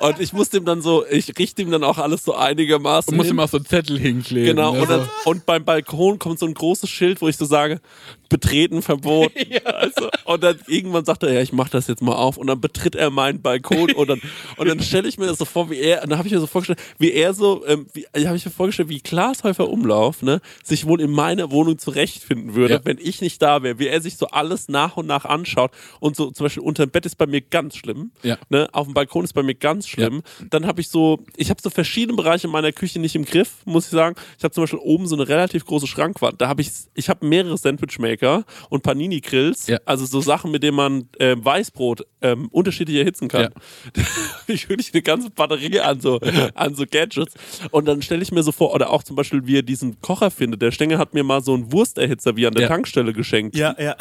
Und ich muss dem dann so, ich richte ihm dann auch alles so einigermaßen.
Und muss
hin.
immer so einen Zettel hinkleben.
Genau,
ne,
und, dann,
so.
und beim Balkon kommt so ein großes Schild, wo ich so sage, betreten verboten. Also, und dann irgendwann sagt er, ja, ich mach das jetzt mal auf. Und dann betritt er meinen Balkon und dann, und dann stelle ich mir das so vor, wie er, und dann habe ich mir so vorgestellt, wie er so, ähm, wie, habe ich mir vorgestellt, wie Klaas Häufer Umlauf, ne, sich wohl in meiner Wohnung zurechtfinden würde,
Ja.
wenn ich nicht da wäre, wie er sich so alles nach und nach anschaut. Und so zum Beispiel unterm Bett ist bei mir ganz schlimm.
Ja.
Ne, auf dem Balkon ist bei mir ganz schlimm. Dann habe ich so, ich habe so verschiedene Bereiche meiner Küche nicht im Griff, muss ich sagen. Ich habe zum Beispiel oben so eine relativ große Schrankwand. Da habe ich, ich habe mehrere Sandwichmaker und Panini-Grills.
Ja.
Also so Sachen, mit denen man ähm, Weißbrot ähm, unterschiedlich erhitzen kann. ich höre eine ganze Batterie an so, an so Gadgets. Und dann stelle ich mir so vor, oder auch zum Beispiel, wie er diesen Kocher findet. Der Stenger hat mir mal so einen Wursterhitzer wie an der
Ja.
Tankstelle geschenkt
Ja, ja.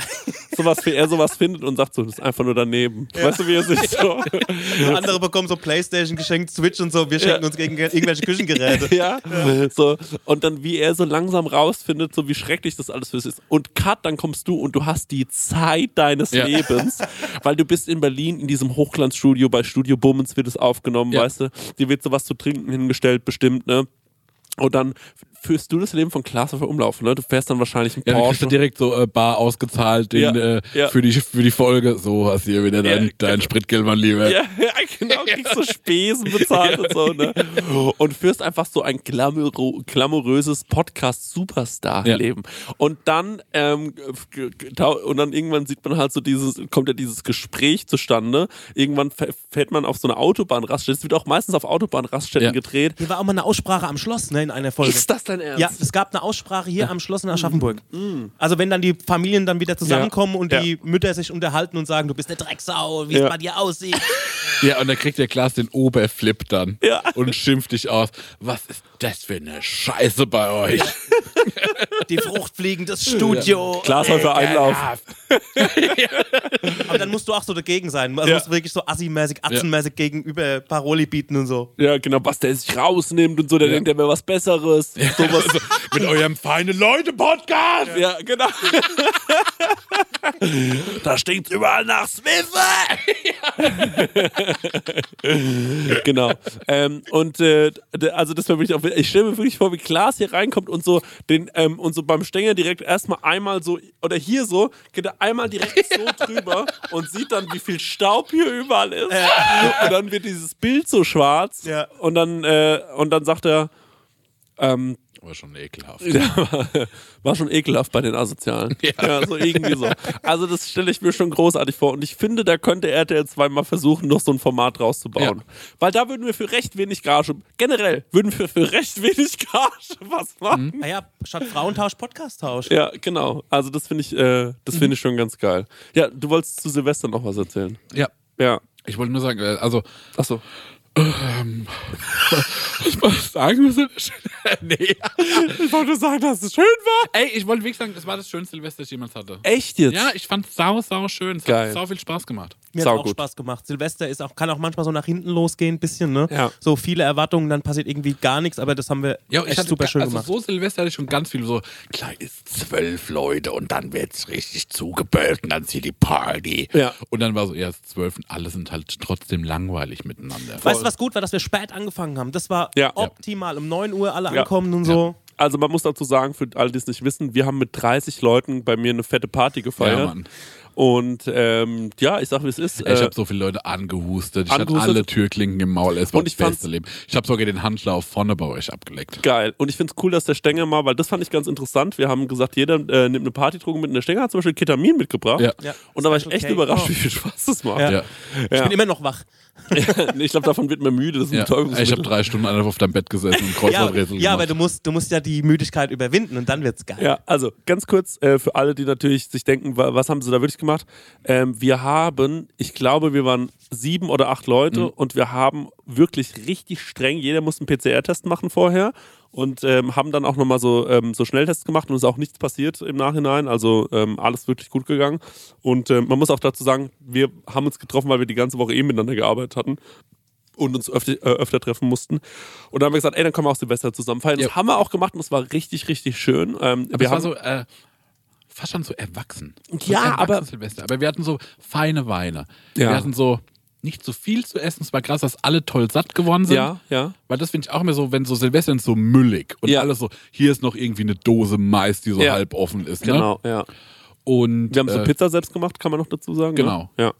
sowas, wie er sowas findet und sagt so, das ist einfach nur daneben. Weißt du, wie er sich so.
Andere bekommen so Playstation geschenkt, Switch und so, wir schenken
Ja.
uns gegen irgendwelche Küchengeräte.
Ja, so und dann wie er so langsam rausfindet, so wie schrecklich das alles für sie ist. Und Kat, dann kommst du und du hast die Zeit deines
Ja.
Lebens, weil du bist in Berlin in diesem Hochglanzstudio bei Studio Bummens wird es aufgenommen,
Ja.
weißt du, dir wird sowas zu trinken hingestellt bestimmt, ne? Und dann führst du das Leben von Klaas auf Umlauf, ne? Du fährst dann wahrscheinlich einen
Ja, dann kriegst
Porsche.
du direkt so äh, bar ausgezahlt den,
Ja,
äh,
ja.
Für, die, für die Folge. So hast du hier wieder dein,
Ja,
dein Spritgeld, mein Lieber.
Ja, ja, genau, kriegst so Spesen bezahlt und so, ne? Und führst einfach so ein glamourö- glamouröses Podcast-Superstar-Leben. Und dann, ähm, g- g- tau- und dann irgendwann sieht man halt so dieses, kommt ja dieses Gespräch zustande. Irgendwann fä- fährt man auf so eine Autobahnraststätte. Es wird auch meistens auf Autobahnraststätten
Ja.
gedreht.
Hier war auch mal eine Aussprache am Schloss, ne, in einer Folge.
Ist das dein Ernst? Mm,
Ja, es gab eine Aussprache hier am Schloss in Aschaffenburg. Also wenn dann die Familien dann wieder zusammenkommen und
Ja.
die Mütter sich unterhalten und sagen, du bist eine Drecksau, wie
Ja.
es bei dir aussieht.
Ja, und dann kriegt der Klaas den Oberflip dann
Ja.
und schimpft dich aus. Was ist das für eine Scheiße bei euch?
Die Fruchtfliegen, das Studio.
Glashäufer Einlauf.
Aber dann musst du auch so dagegen sein. Also
Ja.
musst du wirklich so assi-mäßig, atzenmäßig gegenüber Paroli bieten und so.
Ja, genau, was der sich rausnimmt und so, der denkt, der wäre was Besseres. Sowas.
Mit eurem feine Leute-Podcast!
Ja, genau. da stinkt überall nach Swiffer. genau. Ähm, und äh, d- also das war wirklich auch, ich stelle mir wirklich vor, wie Klaas hier reinkommt und so den ähm, und so beim Stänger direkt erstmal einmal so oder hier so geht er einmal direkt so drüber und sieht dann, wie viel Staub hier überall ist. und dann wird dieses Bild so schwarz
Ja.
und dann äh, und dann sagt er ähm,
War schon ekelhaft.
ja, war- war schon ekelhaft bei den Asozialen. Ja. so irgendwie so. Also das stelle ich mir schon großartig vor. Und ich finde, da könnte RTL zweimal versuchen, noch so ein Format rauszubauen. Weil da würden wir für recht wenig Gage, generell würden wir für recht wenig Gage was machen.
Naja, Ah statt Frauentausch, Podcast-Tausch.
Ja, genau. Also das finde ich, äh, das finde ich schon ganz geil. Ja, du wolltest zu Silvester noch was erzählen.
Ja,
Ja.
ich wollte nur sagen, äh, also
Achso.
Ähm, ich wollte sagen, was ist Nee.
Ich wollte sagen, dass es schön war.
Ey, ich wollte wirklich sagen, das war das schönste Silvester, das ich jemals hatte.
Echt jetzt?
Ja, ich fand es sau, sau schön. Es
Geil.
hat sau viel Spaß gemacht.
Mir hat
Sau
auch
gut.
Spaß gemacht. Silvester ist auch, kann auch manchmal so nach hinten losgehen, ein bisschen, ne?
Ja.
So viele Erwartungen, dann passiert irgendwie gar nichts, aber das haben wir
Ja, ich
echt
hatte
super
ga-
schön
also
gemacht.
So Silvester hatte ich schon ganz viele so, klar ist zwölf Leute und dann wird's richtig zugeböllt und dann ist hier die Party.
Ja.
Und dann war so erst zwölf und alle sind halt trotzdem langweilig miteinander.
weißt du, was gut war, dass wir spät angefangen haben? Das war
Ja.
optimal. Um 9 Uhr alle
Ja.
ankommen und so.
Also man muss dazu sagen, für alle, die es nicht wissen, wir haben mit 30 Leuten bei mir eine fette Party
Ja,
gefeiert.
Mann.
und ähm, ja, ich sag, wie es ist.
Ey, Ich
Äh,
habe so viele Leute angehustet, ich
angehustet.
hatte alle Türklinken im Maul, es war
Und
das
ich fand's-
beste Leben. Ich habe sogar den Handschlauch vorne bei euch abgelegt.
Geil. Und ich finde es cool, dass der Stenger mal, weil das fand ich ganz interessant. Wir haben gesagt, jeder äh, nimmt eine Partydroge mit. Und der Stenger hat zum Beispiel Ketamin mitgebracht.
Ja.
Ja.
Und da war ich echt
Okay.
überrascht,
Oh.
wie viel Spaß das macht.
Ja.
Ja.
Ich
Ja.
bin immer noch wach.
ich glaube, davon wird man müde. Das ist ein
Ja. Ey, Ich
Betäubungsmittel.
habe drei Stunden einfach auf deinem Bett gesessen und
Ja,
Kreuzworträtsel
ja aber
gemacht.
du musst, du musst ja die Müdigkeit überwinden und dann wird's geil.
Ja, also ganz kurz äh, für alle, die natürlich sich denken, wa- was haben sie da wirklich gemacht? Ähm, wir haben, ich glaube, wir waren sieben oder acht Leute und wir haben wirklich richtig streng, jeder muss einen PCR-Test machen vorher und ähm, haben dann auch nochmal so, ähm, so Schnelltests gemacht und es ist auch nichts passiert im Nachhinein. Also ähm, alles wirklich gut gegangen. Und ähm, man muss auch dazu sagen, wir haben uns getroffen, weil wir die ganze Woche eh miteinander gearbeitet hatten. Und uns öfter, äh, öfter treffen mussten. Und dann haben wir gesagt, ey, dann können wir auch Silvester zusammen feiern. Das
Ja.
haben wir auch gemacht und es war richtig, richtig schön. Ähm,
Aber
wir
es war
haben,
so äh, fast schon so erwachsen. So
Ja,
erwachsen
aber-
Silvester. Aber wir hatten so feine Weine.
Ja.
Wir hatten so nicht so viel zu essen. Es war krass, dass alle toll satt geworden sind.
Ja, ja.
Weil das finde ich auch immer so, wenn so Silvester ist so müllig und
Ja.
alles so, hier ist noch irgendwie eine Dose Mais, die so
Ja.
halb offen ist. Ne?
Genau, ja.
Und
Wir haben so
äh,
Pizza selbst gemacht, kann man noch dazu sagen.
Genau.
Ne? Ja.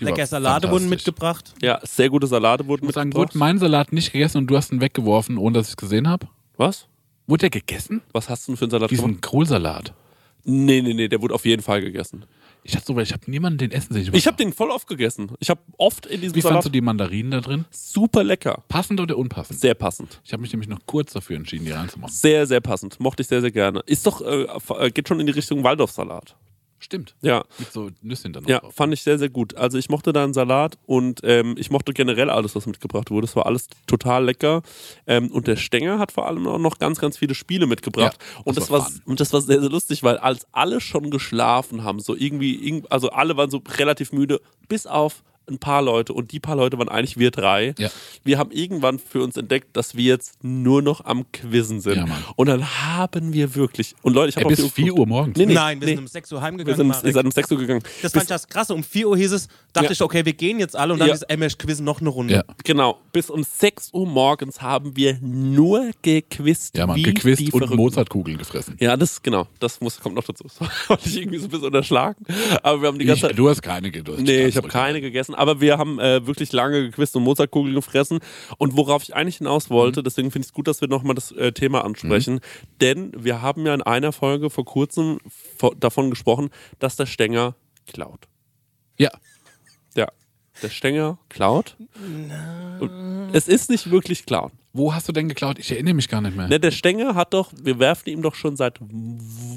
die war
Lecker Salate wurden
fantastisch.
mitgebracht.
Ja, sehr gute Salate wurden
Ich muss sagen,
mitgebracht.
wurde mein Salat nicht gegessen und du hast ihn weggeworfen, ohne dass ich es gesehen habe.
Was?
Wurde der gegessen?
Was hast du denn für einen Salat gemacht?
Diesen Kohlsalat.
Nee, nee, nee, der wurde auf jeden Fall gegessen.
Ich dachte so, weil ich habe niemanden den essen sehen.
Ich habe den voll oft gegessen. Ich habe oft in diesem
Wie
Salat
fandst du die Mandarinen da drin?
super lecker.
Passend oder unpassend?
Sehr passend.
Ich habe mich nämlich noch kurz dafür entschieden, die reinzumachen.
Sehr, sehr passend. Mochte ich sehr, sehr gerne. Ist doch, äh, f- äh, geht schon in die Richtung Waldorfsalat.
Stimmt.
Ja.
Mit so Nüsschen dann noch
Ja,
drauf.
fand ich sehr, sehr gut. Also ich mochte da einen Salat und ähm, ich mochte generell alles, was mitgebracht wurde. Es war alles total lecker. Ähm, und der Stenger hat vor allem auch noch ganz, ganz viele Spiele mitgebracht.
Ja,
und,
das
das
war
war,
fun.
und das war sehr, sehr lustig, weil als alle schon geschlafen haben, so irgendwie, irgend- also alle waren so relativ müde, bis auf ein paar Leute und die paar Leute waren eigentlich wir drei.
Ja.
Wir haben irgendwann für uns entdeckt, dass wir jetzt nur noch am Quizzen sind.
Ja, Mann.
und dann haben wir wirklich. Und Leute, ich
Ey,
habe
bis 4 Uhr morgens.
Eh, Nee, nee,
Nein, wir
nee.
sind um 6 Uhr
Wir
heimgegangen.
sind,
Marek.
wir sind um 6 Uhr gegangen.
das
Bis-
fand ich das Krasse. Um 4 Uhr hieß es, dachte
Ja.
ich, okay, wir gehen jetzt alle und dann
Ja.
ist MS Quiz noch eine Runde.
Ja.
Genau, bis um 6 Uhr morgens haben wir nur gequist.
Ja, man,
wie die
gequist und
Verrückten.
Mozartkugeln gefressen.
Ja, das, genau, das muss, kommt noch dazu. Das wollte ich irgendwie so ein bisschen unterschlagen. Aber wir haben die
Ich,
ganze Zeit.
du hast keine geduldet.
Nee, ich habe keine gegessen, aber wir haben äh, wirklich lange gequist und Mozartkugeln gefressen. Und worauf ich eigentlich hinaus wollte,
Mhm.
deswegen finde ich es gut, dass wir nochmal das äh, Thema ansprechen. Denn wir haben ja in einer Folge vor kurzem vo- davon gesprochen, dass der Stenger klaut.
Ja.
Ja, der Stenger klaut. Und Es ist nicht wirklich klauen.
Wo hast du denn geklaut? Ich erinnere mich gar nicht mehr.
Ne, der Stenger hat doch, wir werfen ihm doch schon seit w-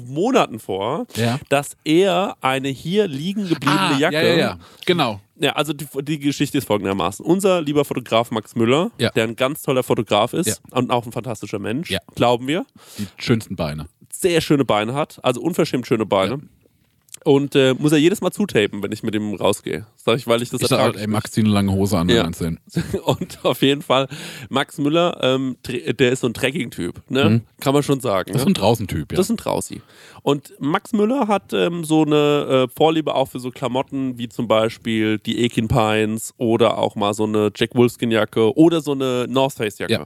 Monaten vor,
Ja. Ah,
dass er eine hier liegen gebliebene Jacke.
Ja, ja, ja. Genau.
Ja, also die, die Geschichte ist folgendermaßen. Unser lieber Fotograf Max Müller,
Ja.
der ein ganz toller Fotograf ist
Ja.
und auch ein fantastischer Mensch,
Ja.
glauben wir,
Die schönsten Beine.
sehr schöne Beine hat, also unverschämt schöne Beine. Und äh, muss er jedes Mal zutapen, wenn ich mit ihm rausgehe. Sag ich, weil ich das
Ich sag,
ertrage.
ey, Max, zieh eine lange Hose an, wenn
Ja.
wir uns sehen.
Und auf jeden Fall, Max Müller, ähm, tre- der ist so ein Trekking-Typ, ne? Kann man schon sagen.
Mhm. Das ist
ne?
ein Draußentyp, ja.
Das ist ein Trausi. Und Max Müller hat ähm, so eine äh, Vorliebe auch für so Klamotten wie zum Beispiel die Ekin Pines oder auch mal so eine Jack Wolfskin Jacke oder so eine North Face Jacke.
Ja.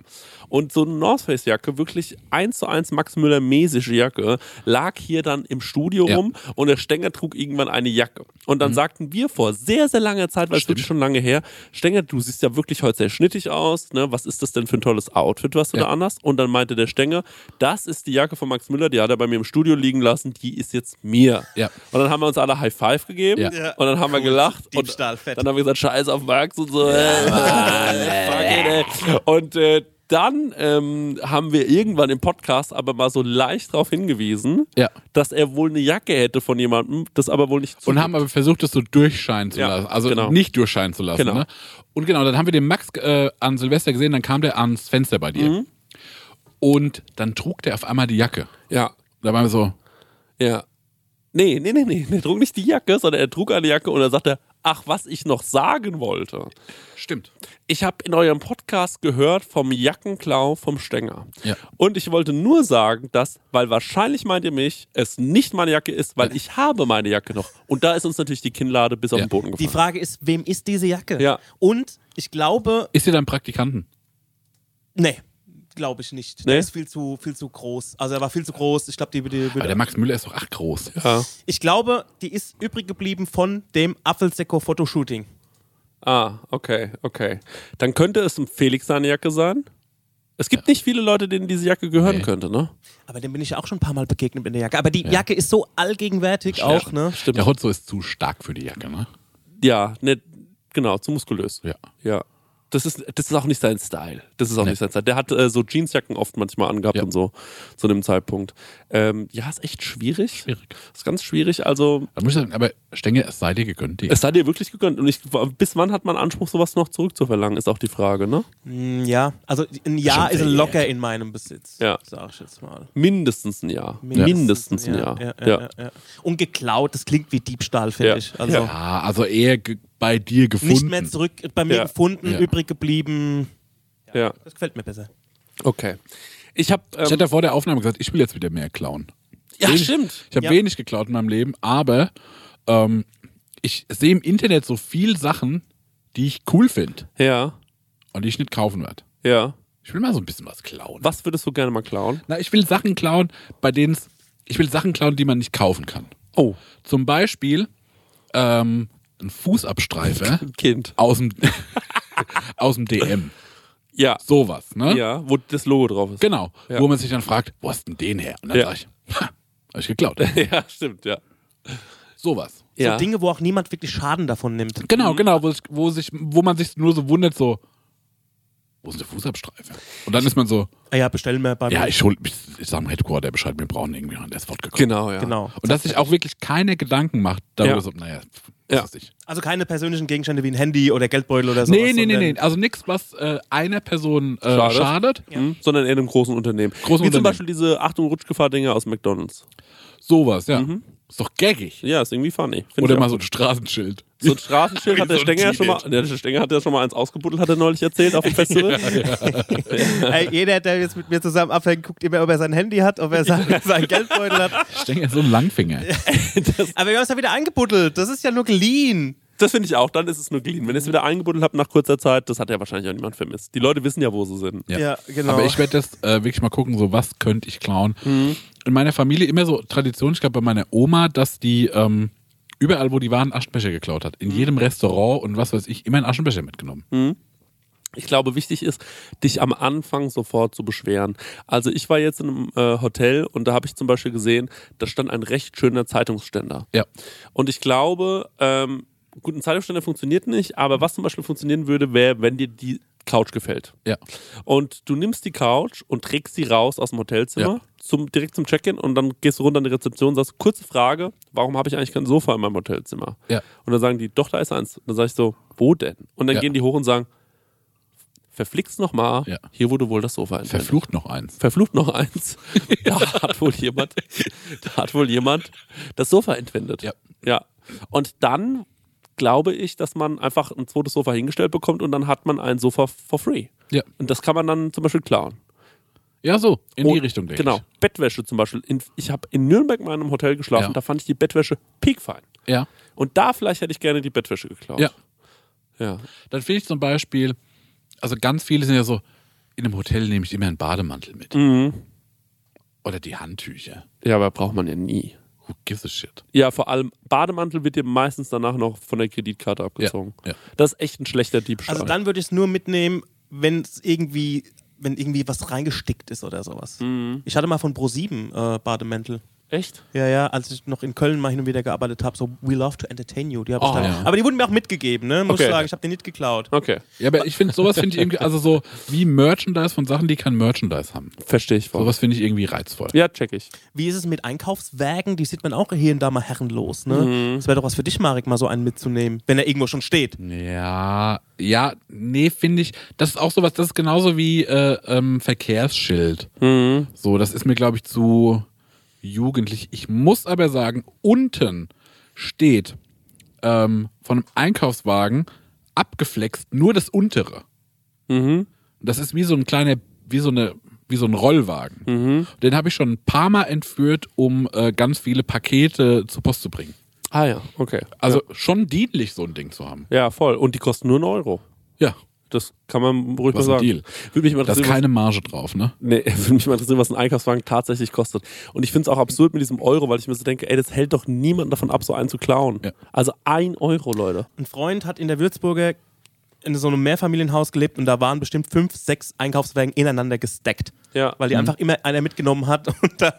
Und so eine North Face Jacke, wirklich eins zu eins Max Müller mäßige Jacke, lag hier dann im Studio
Ja. Mhm.
rum und der Stenger trug irgendwann eine Jacke. Und dann sagten wir vor sehr, sehr langer Zeit, weil es wirklich schon lange her, Stenger, du siehst ja wirklich heute sehr schnittig aus, ne? was ist das denn für ein tolles Outfit, was du
Ja.
da anhast? Und dann meinte der Stenger, das ist die Jacke von Max Müller, die hat er bei mir im Studio liegen lassen, die ist jetzt mir.
Ja.
Und dann haben wir uns alle High Five gegeben
Ja.
Ja.
und dann haben wir
Cool.
gelacht und
Diebstahl, fett.
dann haben wir gesagt, scheiß auf Max und so. äh, fuck it, ey. und äh, dann ähm, haben wir irgendwann im Podcast aber mal so leicht darauf hingewiesen,
Ja.
dass er wohl eine Jacke hätte von jemandem, das aber wohl nicht
Und haben aber versucht, das so durchscheinen zu
Ja,
lassen. Also
genau.
nicht durchscheinen zu lassen.
Genau.
Ne? Und genau, dann haben wir den Max äh, an Silvester gesehen, dann kam der ans Fenster bei dir.
Mhm.
Und dann trug der auf einmal die Jacke.
ja,
Da waren wir so,
ja. Nee, nee, nee, nee, er trug nicht die Jacke, sondern er trug eine Jacke und dann sagte er, ach, was ich noch sagen wollte.
stimmt.
Ich habe in eurem Podcast gehört vom Jackenklau vom Stenger.
Ja.
Und ich wollte nur sagen, dass, weil wahrscheinlich meint ihr mich, es nicht meine Jacke ist, weil ich habe meine Jacke noch. Und da ist uns natürlich die Kinnlade bis auf
Ja.
den Boden
Die
gefallen.
Frage ist, wem ist diese Jacke?
Ja.
Und ich glaube,
Ist ihr dann Praktikanten?
nee, glaube ich nicht.
Nee?
Der ist viel zu, viel zu groß. Also er war viel zu groß. Ich glaube, die, die,
Aber der Max Müller ist doch acht groß.
Ja.
ich glaube, die ist übrig geblieben von dem Apfelsäcko-Fotoshooting.
Ah, okay, okay. Dann könnte es ein Felix seine Jacke sein. Es gibt nicht viele Leute, denen diese Jacke gehören
Nee.
könnte, ne?
Aber dem bin ich auch schon ein paar Mal begegnet in der Jacke. Aber die Jacke ist so allgegenwärtig auch, ne?
Stimmt.
Der Hotzo ist zu stark für die Jacke, ne?
Ja, ne, genau, zu muskulös.
Ja.
Ja. Das ist, das ist auch nicht sein Style. Das ist auch nicht sein Style. Der hat äh, so Jeansjacken oft manchmal angehabt
Ja.
und so zu einem Zeitpunkt. Ähm, ja, ist echt schwierig.
Schwierig.
Ist ganz schwierig. Also,
Da muss ich sagen, aber Stenge, es sei dir gegönnt. Die.
es sei dir wirklich gegönnt. Und ich, bis wann hat man Anspruch, sowas noch zurückzuverlangen, ist auch die Frage, ne?
Mm, Ja, also ein Jahr
Schon
ist
verjährt.
locker in meinem Besitz.
Ja.
Sag ich jetzt mal.
Mindestens ein Jahr. Mindestens, ein Jahr.
Ja, ja, ja. Ja, Und geklaut, das klingt wie Diebstahl, finde
Ja.
ich. Also
ja, also eher ge- bei dir gefunden.
nicht mehr zurück, bei mir
Ja.
gefunden,
Ja.
übrig geblieben.
ja. ja.
Das gefällt mir besser.
Okay. Ich habe.
Ich
Ähm,
hätte vor der Aufnahme gesagt, ich will jetzt wieder mehr klauen.
ja,
wenig-
stimmt.
Ich habe
Ja.
wenig geklaut in meinem Leben, aber ähm, ich sehe im Internet so viel Sachen, die ich cool finde
Ja,
und die ich nicht kaufen werde.
ja.
Ich will mal so ein bisschen was klauen.
Was würdest du gerne mal klauen?
Na, ich will Sachen klauen, bei denen es- ich will Sachen klauen, die man nicht kaufen kann.
Oh,
Zum Beispiel ähm, ein Fußabstreifer
ein Kind.
aus dem aus dem DM.
Ja.
Sowas, ne?
Ja, wo das Logo drauf ist.
Genau.
Ja.
Wo man sich dann fragt, wo hast denn den her? Und dann
Ja.
sag ich, ha, hab ich geklaut.
Ja, stimmt, ja.
Sowas.
ja.
So Dinge, wo auch niemand wirklich Schaden davon nimmt.
Mhm.
Genau, genau, wo, sich, wo, sich, wo man sich nur so wundert, so, wo ist der Fußabstreifen? Und dann ist man so,
Ah ja, bestellen wir bei mir.
ja, ich hol, ich, ich sag dem Headquarter Bescheid, wir brauchen irgendwie noch einen Escort gekommen.
Genau, ja.
Genau.
Und dass sich auch wirklich keine Gedanken macht darüber,
Ja.
so, naja, pff, was
Ja.
weiß ich.
Also keine persönlichen Gegenstände wie ein Handy oder Geldbeutel oder so.
Nee, nee, nee, nee, also nichts, was äh, einer Person äh,
Schadet.
schadet.
Mhm, Sondern eher einem großen Unternehmen.
Großen
Wie zum
Unternehmen.
Beispiel diese Achtung Rutschgefahr-Dinger aus McDonalds.
Sowas, ja. Ist doch gaggig.
Ja, ist irgendwie funny. Find
Oder
Mhm. ich
mal
auch.
so ein Straßenschild.
so ein Straßenschild hat der
So ein
Stenger ja schon mal. Der Stenger hat ja schon mal eins ausgebuddelt, hat er neulich erzählt auf dem Festival.
Ey, jeder, der jetzt mit mir zusammen abhängt, guckt immer, ob er sein Handy hat, ob er sein, sein Geldbeutel hat.
Ich denke, so ein Langfinger.
Aber wir haben es ja wieder eingebuddelt. Das ist ja nur geliehen.
Das finde ich auch, dann ist es nur clean. Wenn ihr es wieder eingebuddelt habt nach kurzer Zeit, das hat ja wahrscheinlich auch niemand vermisst. Die Leute wissen ja, wo sie sind.
Ja.
Ja, genau.
Aber ich werde das äh, wirklich mal gucken, so was könnte ich klauen. In meiner Familie immer so Tradition, ich glaube bei meiner Oma, dass die ähm, überall, wo die waren, Aschenbecher geklaut hat. In jedem Restaurant und was weiß ich, immer einen Aschenbecher mitgenommen.
Ich glaube, wichtig ist, dich am Anfang sofort zu beschweren. Also ich war jetzt in einem äh, Hotel und da habe ich zum Beispiel gesehen, da stand ein recht schöner Zeitungsständer.
Ja.
Und ich glaube, ähm, gut, ein Zeitungsständer funktioniert nicht, aber was zum Beispiel funktionieren würde, wäre, wenn dir die Couch gefällt.
Ja.
Und du nimmst die Couch und trägst sie raus aus dem Hotelzimmer
Ja.
zum, direkt zum Check-in und dann gehst du runter an die Rezeption und sagst, kurze Frage, warum habe ich eigentlich kein Sofa in meinem Hotelzimmer?
Ja.
Und dann sagen die, doch, da ist eins. Und dann sage ich so, wo denn? Und dann
Ja.
gehen die hoch und sagen, verflixt nochmal,
Ja.
hier wurde wohl das Sofa entwendet.
Verflucht noch eins.
Verflucht noch eins. Da hat wohl jemand, da hat wohl jemand das Sofa entwendet.
Ja.
ja. Und dann glaube ich, dass man einfach ein zweites Sofa hingestellt bekommt und dann hat man ein Sofa for free.
Ja.
Und das kann man dann zum Beispiel klauen.
Ja, so. In die
Oh,
Und-
Richtung, denke
Genau. Bettwäsche zum Beispiel. In, ich habe in Nürnberg mal in einem Hotel geschlafen,
Ja.
da fand ich die Bettwäsche piekfein.
ich. Ja.
Und da vielleicht hätte ich gerne die Bettwäsche geklaut.
Ja.
Ja.
Dann finde ich zum Beispiel, also ganz viele sind ja so, in einem Hotel nehme ich immer einen Bademantel mit. Oder die Handtücher.
Ja, aber braucht man ja nie.
Who gives a shit?
Ja, vor allem Bademantel wird dir meistens danach noch von der Kreditkarte abgezogen.
Ja, ja.
Das ist echt ein schlechter Diebstahl.
also dann würde ich es nur mitnehmen, wenn es
Mhm.
irgendwie, wenn irgendwie was reingestickt ist oder sowas. Ich hatte mal von Pro7 äh, Bademäntel.
Echt?
Ja, ja, als ich noch in Köln mal hin und wieder gearbeitet habe, so We Love to Entertain You, die habe ich
Oh,
dann.
ja.
Aber die wurden mir auch mitgegeben, ne? Muss
Okay.
ich sagen, ich habe die nicht geklaut.
Okay.
Ja, aber ich finde, sowas finde ich irgendwie, also so wie Merchandise von Sachen, die kein Merchandise haben.
Verstehe ich voll.
Sowas finde ich irgendwie reizvoll.
Ja, check ich.
Wie ist es mit Einkaufswagen? Die sieht man auch hier und da mal herrenlos, ne?
Mhm.
Das wäre doch was für dich, Marek, mal so einen mitzunehmen, wenn er irgendwo schon steht.
Ja, ja, nee, finde ich, das ist auch sowas, das ist genauso wie äh, ähm, Verkehrsschild. So, das ist mir, glaube ich, zu jugendlich. Ich muss aber sagen, unten steht ähm, von einem Einkaufswagen abgeflext nur das untere. Mhm. Das ist wie so ein kleiner, wie so eine wie so ein Rollwagen. Den habe ich schon ein paar Mal entführt, um äh, ganz viele Pakete zur Post zu bringen.
Ah ja, okay.
Also schon dienlich, so ein Ding zu haben.
Ja, voll. Und die kosten nur einen Euro.
Ja.
Das kann man ruhig
Was
mal
ein
sagen.
Deal.
Würde mich mal
Da ist
interessieren, was-
keine Marge drauf, ne?
Nee, würde mich mal interessieren, was ein Einkaufswagen tatsächlich kostet. Und ich finde es auch absurd mit diesem Euro, weil ich mir so denke, ey, das hält doch niemand davon ab, so einen zu klauen.
Ja.
Also ein Euro, Leute.
Ein Freund hat in der Würzburger in so einem Mehrfamilienhaus gelebt und da waren bestimmt fünf, sechs Einkaufswagen ineinander gesteckt.
Ja.
Weil die einfach immer einer mitgenommen hat. Und da,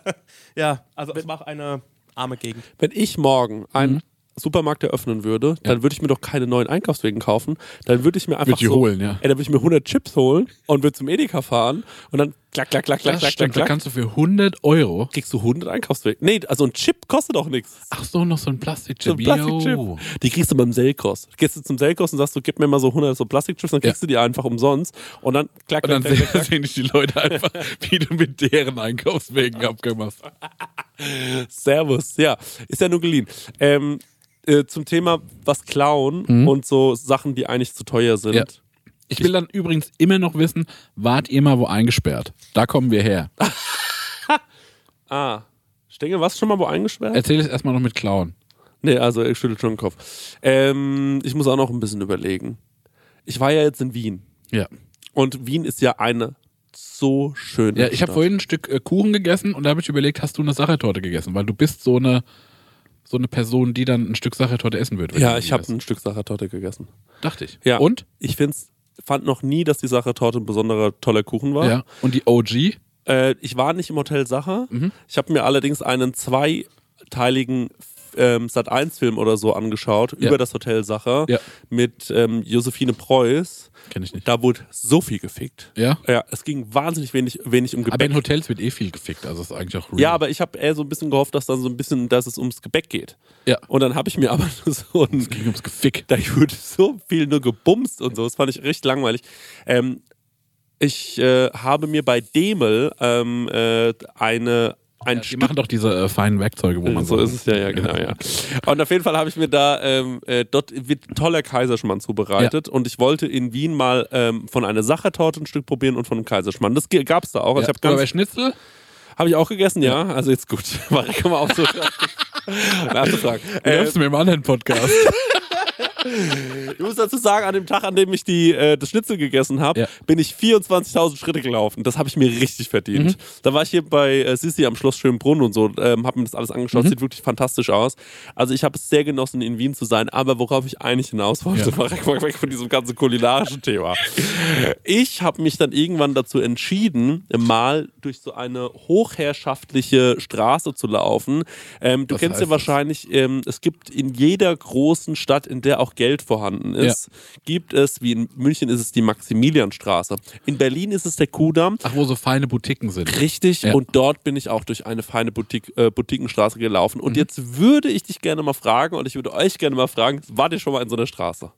ja, also es war auch eine arme Gegend.
Wenn ich morgen
Mhm.
einen Supermarkt eröffnen würde, dann würde ich mir doch keine neuen Einkaufswegen kaufen. Dann würde ich mir einfach
die
so,
holen, ja.
Ey, dann würde ich mir 100 Chips holen und würde zum Edeka fahren und dann klack, klack, klack, klack,
Das
klack, klack,
stimmt, da
klack.
kannst du für 100 Euro.
Kriegst du 100 Einkaufswegen. Nee, also ein Chip kostet auch nichts.
Ach so, noch so ein Plastikchip.
So ein Plastikchip.
Yo.
Die kriegst du beim Selkos. Gehst du zum Selkos und sagst, du gib mir mal so 100 so Plastikchips, dann kriegst du die einfach umsonst. Und dann klack,
Und dann
klack, klack, klack.
sehen, sehen dich die Leute einfach, wie du mit deren Einkaufswegen abgemacht hast.
Servus, ja. Ist ja nur geliehen. Ähm, äh, zum Thema was klauen und so Sachen, die eigentlich zu teuer sind.
Mhm. Ja. Ich will dann übrigens immer noch wissen, wart ihr mal wo eingesperrt? Da kommen wir her.
Ah. Stengel, warst du schon mal wo eingesperrt?
Erzähl es erstmal noch mit Klauen.
nee, also ich schüttel schon den Kopf. Ähm, ich muss auch noch ein bisschen überlegen. Ich war ja jetzt in Wien.
Ja.
Und Wien ist ja eine so schöne
Ja, ich habe
Stadt.
vorhin ein Stück äh, Kuchen gegessen und da habe ich überlegt, hast du eine Sachertorte gegessen? Weil du bist so eine, so eine Person, die dann ein Stück Sachertorte essen wird. wenn
Ja,
du
ich
die
habe
isst.
ein Stück Sachertorte gegessen.
Dachte ich.
Ja.
Und?
Ich find's, fand noch nie, dass die Sachertorte ein besonderer toller Kuchen war.
Ja. Und die OG?
Äh, ich war nicht im Hotel Sacher.
Mhm.
Ich habe mir allerdings einen zweiteiligen ähm, Sat1-Film oder so angeschaut
Ja.
über das Hotel Sacher
Ja.
mit ähm, Josephine Preuß.
Kenn ich nicht.
Da wurde so viel gefickt.
Ja?
Ja, es ging wahnsinnig wenig, wenig um
Aber
Gebäck.
in Hotels wird eh viel gefickt, also ist eigentlich auch real.
ja, aber ich habe eher so ein bisschen gehofft, dass dann so ein bisschen, dass es ums Gebäck geht.
Ja.
Und dann habe ich mir aber nur so ein,
ging ums Gefick.
da wurde so viel nur gebumst und so. Das fand ich richtig langweilig. Ähm, ich äh, habe mir bei Demel ähm, äh, eine ein
Die
Stück
machen doch diese äh, feinen Werkzeuge, wo man
so ist es ja, ja, genau, ja. Und auf jeden Fall habe ich mir da, ähm, äh, dort wird toller Kaiserschmarrn zubereitet und ich wollte in Wien mal ähm, von einer Sachertorte ein Stück probieren und von einem Kaiserschmarrn. Das gab es da auch. Also
Ja.
ich
Oder
habe
bei
ganz,
Schnitzel?
hab ich auch gegessen, ja. Also jetzt gut. War kann man auch so nachzufragen. Äh,
Läufst du mit dem anderen Podcast?
ich muss dazu sagen, an dem Tag, an dem ich die, äh, das Schnitzel gegessen habe,
Ja.
bin ich 24.000 Schritte gelaufen. Das habe ich mir richtig verdient.
Mhm.
Da war ich hier bei äh, Sissi am Schloss Schönbrunn und so, ähm, habe mir das alles
Mhm.
angeschaut. Sieht wirklich fantastisch aus. Also ich habe es sehr genossen, in Wien zu sein. Aber worauf ich eigentlich hinaus wollte,
Ja.
war weg, weg, weg von diesem ganzen kulinarischen Thema. Ich habe mich dann irgendwann dazu entschieden, mal durch so eine hochherrschaftliche Straße zu laufen. Ähm, du
Was
kennst
heißt
ja
das?
wahrscheinlich, ähm, es gibt in jeder großen Stadt, in der auch Geld vorhanden ist, gibt es, wie in München ist es die Maximilianstraße. In Berlin ist es der Kudamm.
Ach, wo so feine Boutiquen sind.
Richtig,
Ja.
und dort bin ich auch durch eine feine Boutique, äh, Boutiquenstraße gelaufen. Und jetzt würde ich dich gerne mal fragen, und ich würde euch gerne mal fragen, wart ihr schon mal in so einer Straße?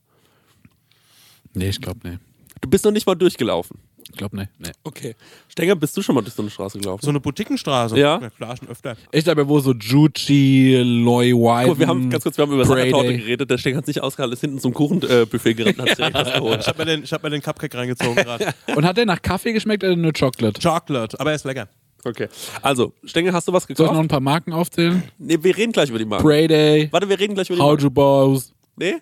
Nee, ich glaube, nee.
Du bist noch nicht mal durchgelaufen.
Ich glaube, nee. nee.
Okay. Stenger, bist du schon mal durch so eine Straße gelaufen?
So eine Boutiquenstraße.
Ja.
klar, schon öfter.
Echt, aber wo so Juchi, Loy White.
Guck, Oh, wir haben ganz kurz, wir haben über
Pray
Sachertorte
Day.
geredet. Der Stenger hat sich ausgehalten, ist hinten zum Kuchenbuffet äh, Buffet gerannt, hat sich direkt was
Ich
geholt.
habe mir, den- ich hab mir den Cupcake reingezogen gerade.
Und hat der nach Kaffee geschmeckt oder nur Chocolate?
Chocolate, aber er ist lecker.
Okay. Also, Stenger, hast du was
Soll ich noch
gekauft?
ein paar Marken aufzählen?
Nee, wir reden gleich über die Marke.
Pray Day,
Warte, wir reden gleich über die
How
Marke.
to Bows.
Nee?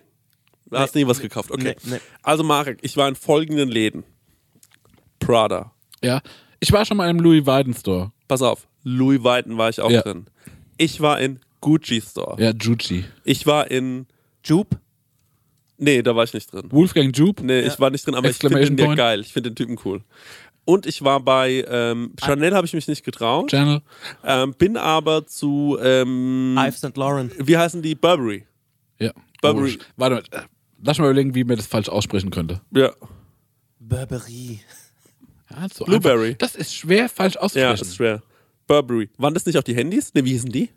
Du hast nie was gekauft. Okay.
Nee, nee.
Also, Marek, ich war in folgenden Läden. Prada.
Ja. Ich war schon mal im Louis Vuitton Store.
Pass auf. Louis Vuitton war ich auch
Ja.
drin. Ich war in Gucci Store.
Ja, Juchi.
Ich war in... Jupe? Nee, da war ich nicht drin.
Wolfgang ne Jupe.
Nee, ich war nicht drin, aber ich finde
Exclamation
den ja
point.
geil. Ich finde den Typen cool. Und ich war bei ähm,
Ah.
Chanel, habe ich mich nicht getraut.
Channel.
Ähm, bin aber zu,
Ah.
ähm,
Ives St. Lauren.
wie heißen die? Burberry.
Ja.
Burberry.
Oh, Warte mal. äh, Lass mal überlegen, wie man das falsch aussprechen könnte.
Ja.
Burberry.
Ja, so
Blueberry.
Einfach. Das ist schwer falsch
Ja,
auszusprechen.
ist schwer. Burberry. Waren das nicht auch die Handys? Ne, wie hießen die?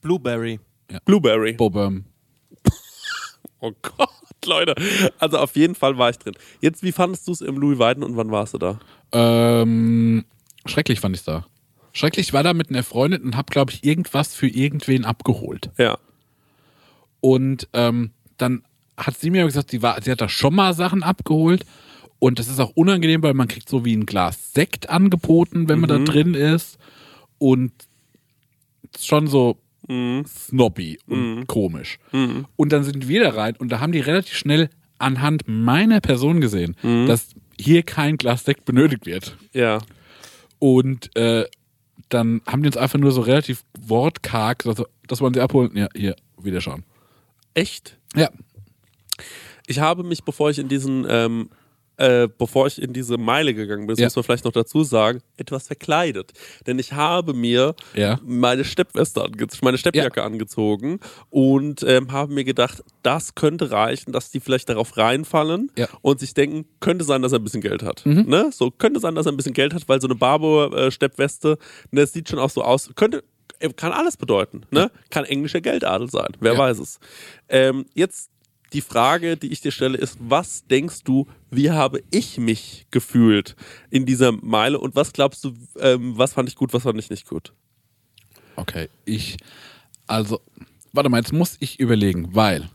Blueberry.
Blueberry.
Bobem.
Oh Gott, Leute. Also auf jeden Fall war ich drin. Jetzt, wie fandest du es im Louis Vuitton und wann warst du da?
Ähm, schrecklich fand ich da. Schrecklich ich war da mit einer Freundin und hab, glaube ich, irgendwas für irgendwen abgeholt.
Ja.
Und ähm, dann hat sie mir gesagt, sie, war, sie hat da schon mal Sachen abgeholt. Und das ist auch unangenehm, weil man kriegt so wie ein Glas Sekt angeboten, wenn man da drin ist. Und schon so snobby und komisch. Und dann sind wir da rein und da haben die relativ schnell anhand meiner Person gesehen, dass hier kein Glas Sekt benötigt wird.
Ja.
Und äh, dann haben die uns einfach nur so relativ wortkarg, gesagt, so, das wollen sie abholen. Ja, hier, wieder schauen.
Echt?
Ja,
Ich habe mich, bevor ich in diesen, ähm, äh, bevor ich in diese Meile gegangen bin, das
Ja.
muss man vielleicht noch dazu sagen, etwas verkleidet. Denn ich habe mir
Ja.
meine Steppweste angezogen, meine Steppjacke angezogen und ähm, habe mir gedacht, das könnte reichen, dass die vielleicht darauf reinfallen
Ja. Mhm.
und sich denken, könnte sein, dass er ein bisschen Geld hat. Ne? So könnte sein, dass er ein bisschen Geld hat, weil so eine Barbour-Steppweste, ne, das sieht schon auch so aus, könnte, äh, kann alles bedeuten. Ne? Kann englischer Geldadel sein, wer
Ja.
weiß es. Ähm, jetzt die Frage, die ich dir stelle, ist, was denkst du, wie habe ich mich gefühlt in dieser Meile und was glaubst du, ähm, was fand ich gut, was fand ich nicht gut?
Okay, ich. Also, warte mal, jetzt muss ich überlegen, weil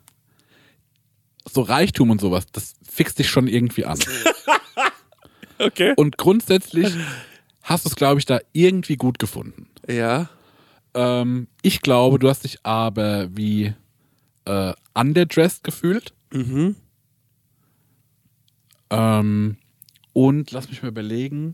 so Reichtum und sowas, das fixt dich schon irgendwie an.
Okay.
Und grundsätzlich hast du es, glaube ich, da irgendwie gut gefunden.
Ja.
Ähm, ich glaube, du hast dich aber wie äh, underdressed gefühlt. Mhm. Ähm, und lass mich mal überlegen.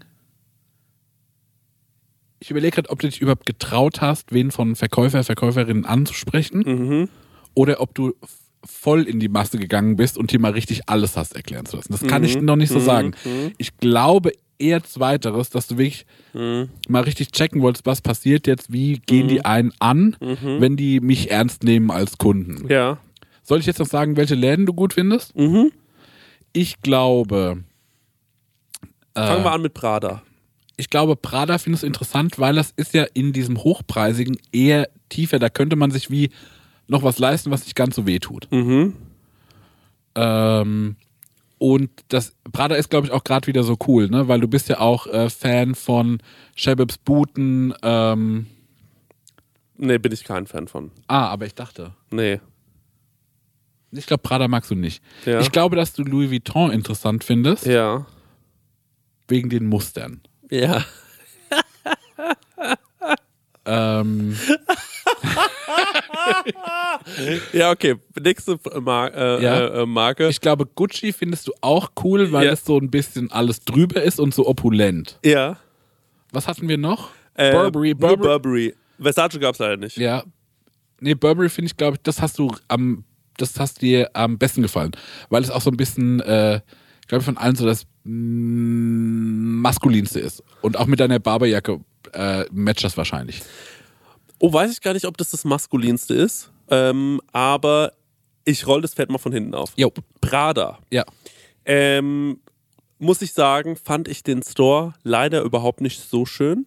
Ich überlege gerade, ob du dich überhaupt getraut hast, wen von Verkäufer, Verkäuferinnen anzusprechen. Oder ob du f- voll in die Masse gegangen bist und dir mal richtig alles hast erklären zu lassen. Das kann ich noch nicht so sagen. Ich glaube eher zweiteres, dass du wirklich mal richtig checken wolltest, was passiert jetzt, wie gehen die einen an, wenn die mich ernst nehmen als Kunden.
Ja.
Soll ich jetzt noch sagen, welche Läden du gut findest? Ich glaube, Ah.
Fangen wir an mit Prada.
ich glaube, Prada findest du interessant, weil das ist ja in diesem hochpreisigen eher tiefer. Da könnte man sich wie noch was leisten, was nicht ganz so weh tut. Ähm, und das Prada ist, glaube ich, auch gerade wieder so cool, ne? Weil du bist ja auch äh, Fan von Shebebs Buten. Ähm,
Nee, bin ich kein Fan von.
ah, aber ich dachte.
Nee.
Ich glaube, Prada magst du nicht.
Ja.
Ich glaube, dass du Louis Vuitton interessant findest,
Ja.
wegen den Mustern.
Ja.
Ähm,
Ja, okay. Nächste Mar äh,
Ja.
äh, Marke.
ich glaube, Gucci findest du auch cool, weil
Ja.
es so ein bisschen alles drüber ist und so opulent.
ja.
Was hatten wir noch?
Äh,
Burberry,
nur
Burberry.
Burberry. Versace gab es leider nicht.
Ja. Nee, Burberry finde ich, glaube ich, das hast du am, das hast dir am besten gefallen. Weil es auch so ein bisschen, äh, glaube ich, von allen so das mm, maskulinste ist. Und auch mit deiner Barberjacke äh, matcht das wahrscheinlich.
Oh, weiß ich gar nicht, ob das das maskulinste ist. Ähm, aber ich roll das Pferd mal von hinten auf.
Jo.
Prada.
Ja.
Ähm, muss ich sagen, fand ich den Store leider überhaupt nicht so schön.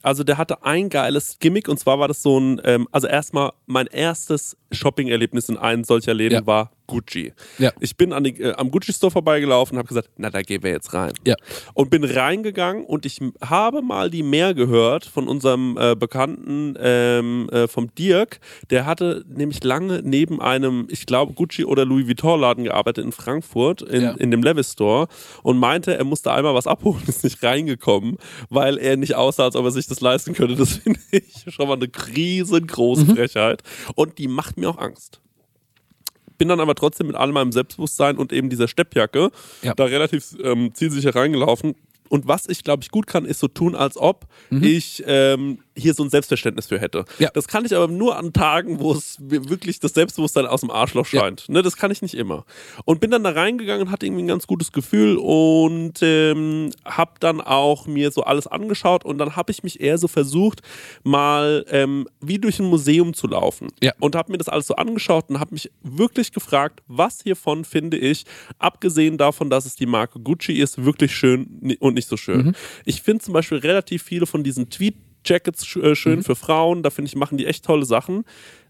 Also der hatte ein geiles Gimmick und zwar war das so ein, ähm, also erstmal mein erstes Shopping-Erlebnis in einem solcher Läden
Ja.
war Gucci.
Ja.
Ich bin an den, äh, am Gucci-Store vorbeigelaufen und habe gesagt, na da gehen wir jetzt rein.
Ja.
Und bin reingegangen und ich m- habe mal die mehr gehört von unserem äh, Bekannten ähm, äh, vom Dirk. Der hatte nämlich lange neben einem, ich glaube, Gucci oder Louis Vuitton Laden gearbeitet in Frankfurt, in,
Ja.
in dem Levis Store und meinte, er musste einmal was abholen, ist nicht reingekommen, weil er nicht aussah, als ob er sich das leisten könnte. Das finde ich schon mal eine riesengroße
Mhm.
Frechheit. Und die macht mir auch Angst bin dann aber trotzdem mit all meinem Selbstbewusstsein und eben dieser Steppjacke
Ja.
da relativ ähm, zielsicher reingelaufen Und was ich, glaube ich, gut kann, ist so tun, als ob ich ähm, hier so ein Selbstverständnis für hätte.
Mhm. Ja.
Das kann ich aber nur an Tagen, wo es mir wirklich das Selbstbewusstsein aus dem Arschloch
Ja.
scheint. Ne, das kann ich nicht immer. Und bin dann da reingegangen und hatte irgendwie ein ganz gutes Gefühl und ähm, habe dann auch mir so alles angeschaut und dann habe ich mich eher so versucht, mal ähm, wie durch ein Museum zu laufen.
Ja.
Und habe mir das alles so angeschaut und habe mich wirklich gefragt, was hiervon finde ich, abgesehen davon, dass es die Marke Gucci ist, wirklich schön ni- und nicht so schön. Ich finde zum Beispiel relativ viele von diesen Tweet-Jackets sch- äh, schön für Frauen. Da finde ich, machen die echt tolle Sachen.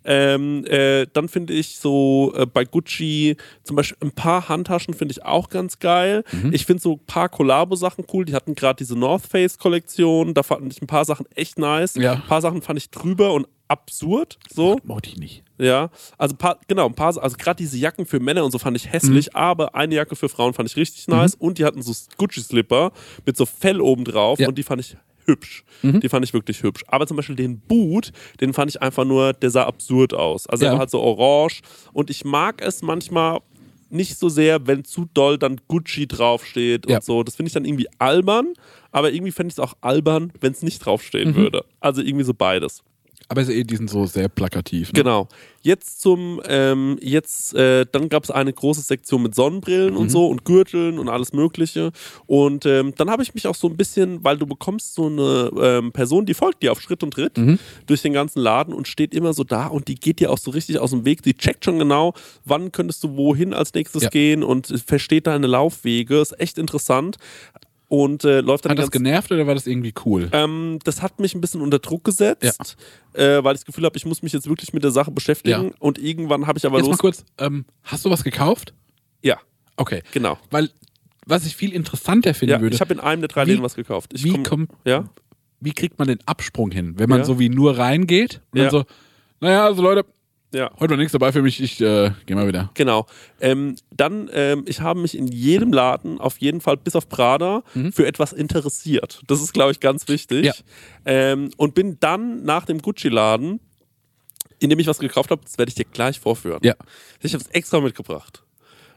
Ähm, äh, dann finde ich so äh, bei Gucci zum Beispiel ein paar Handtaschen finde ich auch ganz geil. Ich finde so ein paar Kollabo-Sachen cool. Die hatten gerade diese North Face-Kollektion. Da fand ich ein paar Sachen echt nice.
Ja.
Ein paar Sachen fand ich drüber und absurd. So.
Mochte ich nicht.
Ja, also paar, genau, ein paar, also gerade diese Jacken für Männer und so fand ich hässlich,
Mhm.
aber eine Jacke für Frauen fand ich richtig nice und die hatten so Gucci-Slipper mit so Fell oben drauf
Ja. Mhm.
und die fand ich hübsch. Die fand ich wirklich hübsch. Aber zum Beispiel den Boot, den fand ich einfach nur, der sah absurd aus. Also
Ja.
er war halt so orange und ich mag es manchmal nicht so sehr, wenn zu doll dann Gucci draufsteht
Ja.
und so. Das finde ich dann irgendwie albern, aber irgendwie fände ich es auch albern, wenn es nicht draufstehen
Mhm.
würde. Also irgendwie so beides.
Aber so eh, die sind so sehr plakativ. Ne?
Genau. Jetzt zum, ähm, jetzt, äh, dann gab es eine große Sektion mit Sonnenbrillen und so und Gürteln und alles Mögliche. Und ähm, dann habe ich mich auch so ein bisschen, weil du bekommst so eine ähm, Person, die folgt dir auf Schritt und Tritt durch den ganzen Laden und steht immer so da und die geht dir auch so richtig aus dem Weg. Die checkt schon genau, wann könntest du wohin als nächstes
Ja.
gehen und versteht deine Laufwege. Ist echt interessant. Und äh, läuft dann
Hat
die
das
ganze
genervt oder war das irgendwie cool?
ähm, das hat mich ein bisschen unter Druck gesetzt, äh, weil ich das Gefühl habe, ich muss mich jetzt wirklich mit der Sache beschäftigen
Ja.
und irgendwann habe ich aber
Jetzt mal
los.
kurz, ähm, hast du was gekauft?
Ja,
Okay.
genau.
Weil, was ich viel interessanter finden
Ja,
würde,
ich habe in einem der drei
Wie-
Läden was gekauft. Ich
wie
komm-
kommt-
ja?
wie kriegt man den Absprung hin, wenn man
Ja.
so wie nur reingeht und
Ja.
dann so, naja, also Leute,
Ja.
heute war nichts dabei für mich, ich äh, geh mal wieder.
Genau. Ähm, dann, ähm, ich habe mich in jedem Laden, auf jeden Fall bis auf Prada, für etwas interessiert. Das ist, glaube ich, ganz wichtig.
Mhm. Ja.
Ähm, und bin dann nach dem Gucci-Laden, in dem ich was gekauft habe, das werde ich dir gleich vorführen.
Ja.
Ich habe es extra mitgebracht.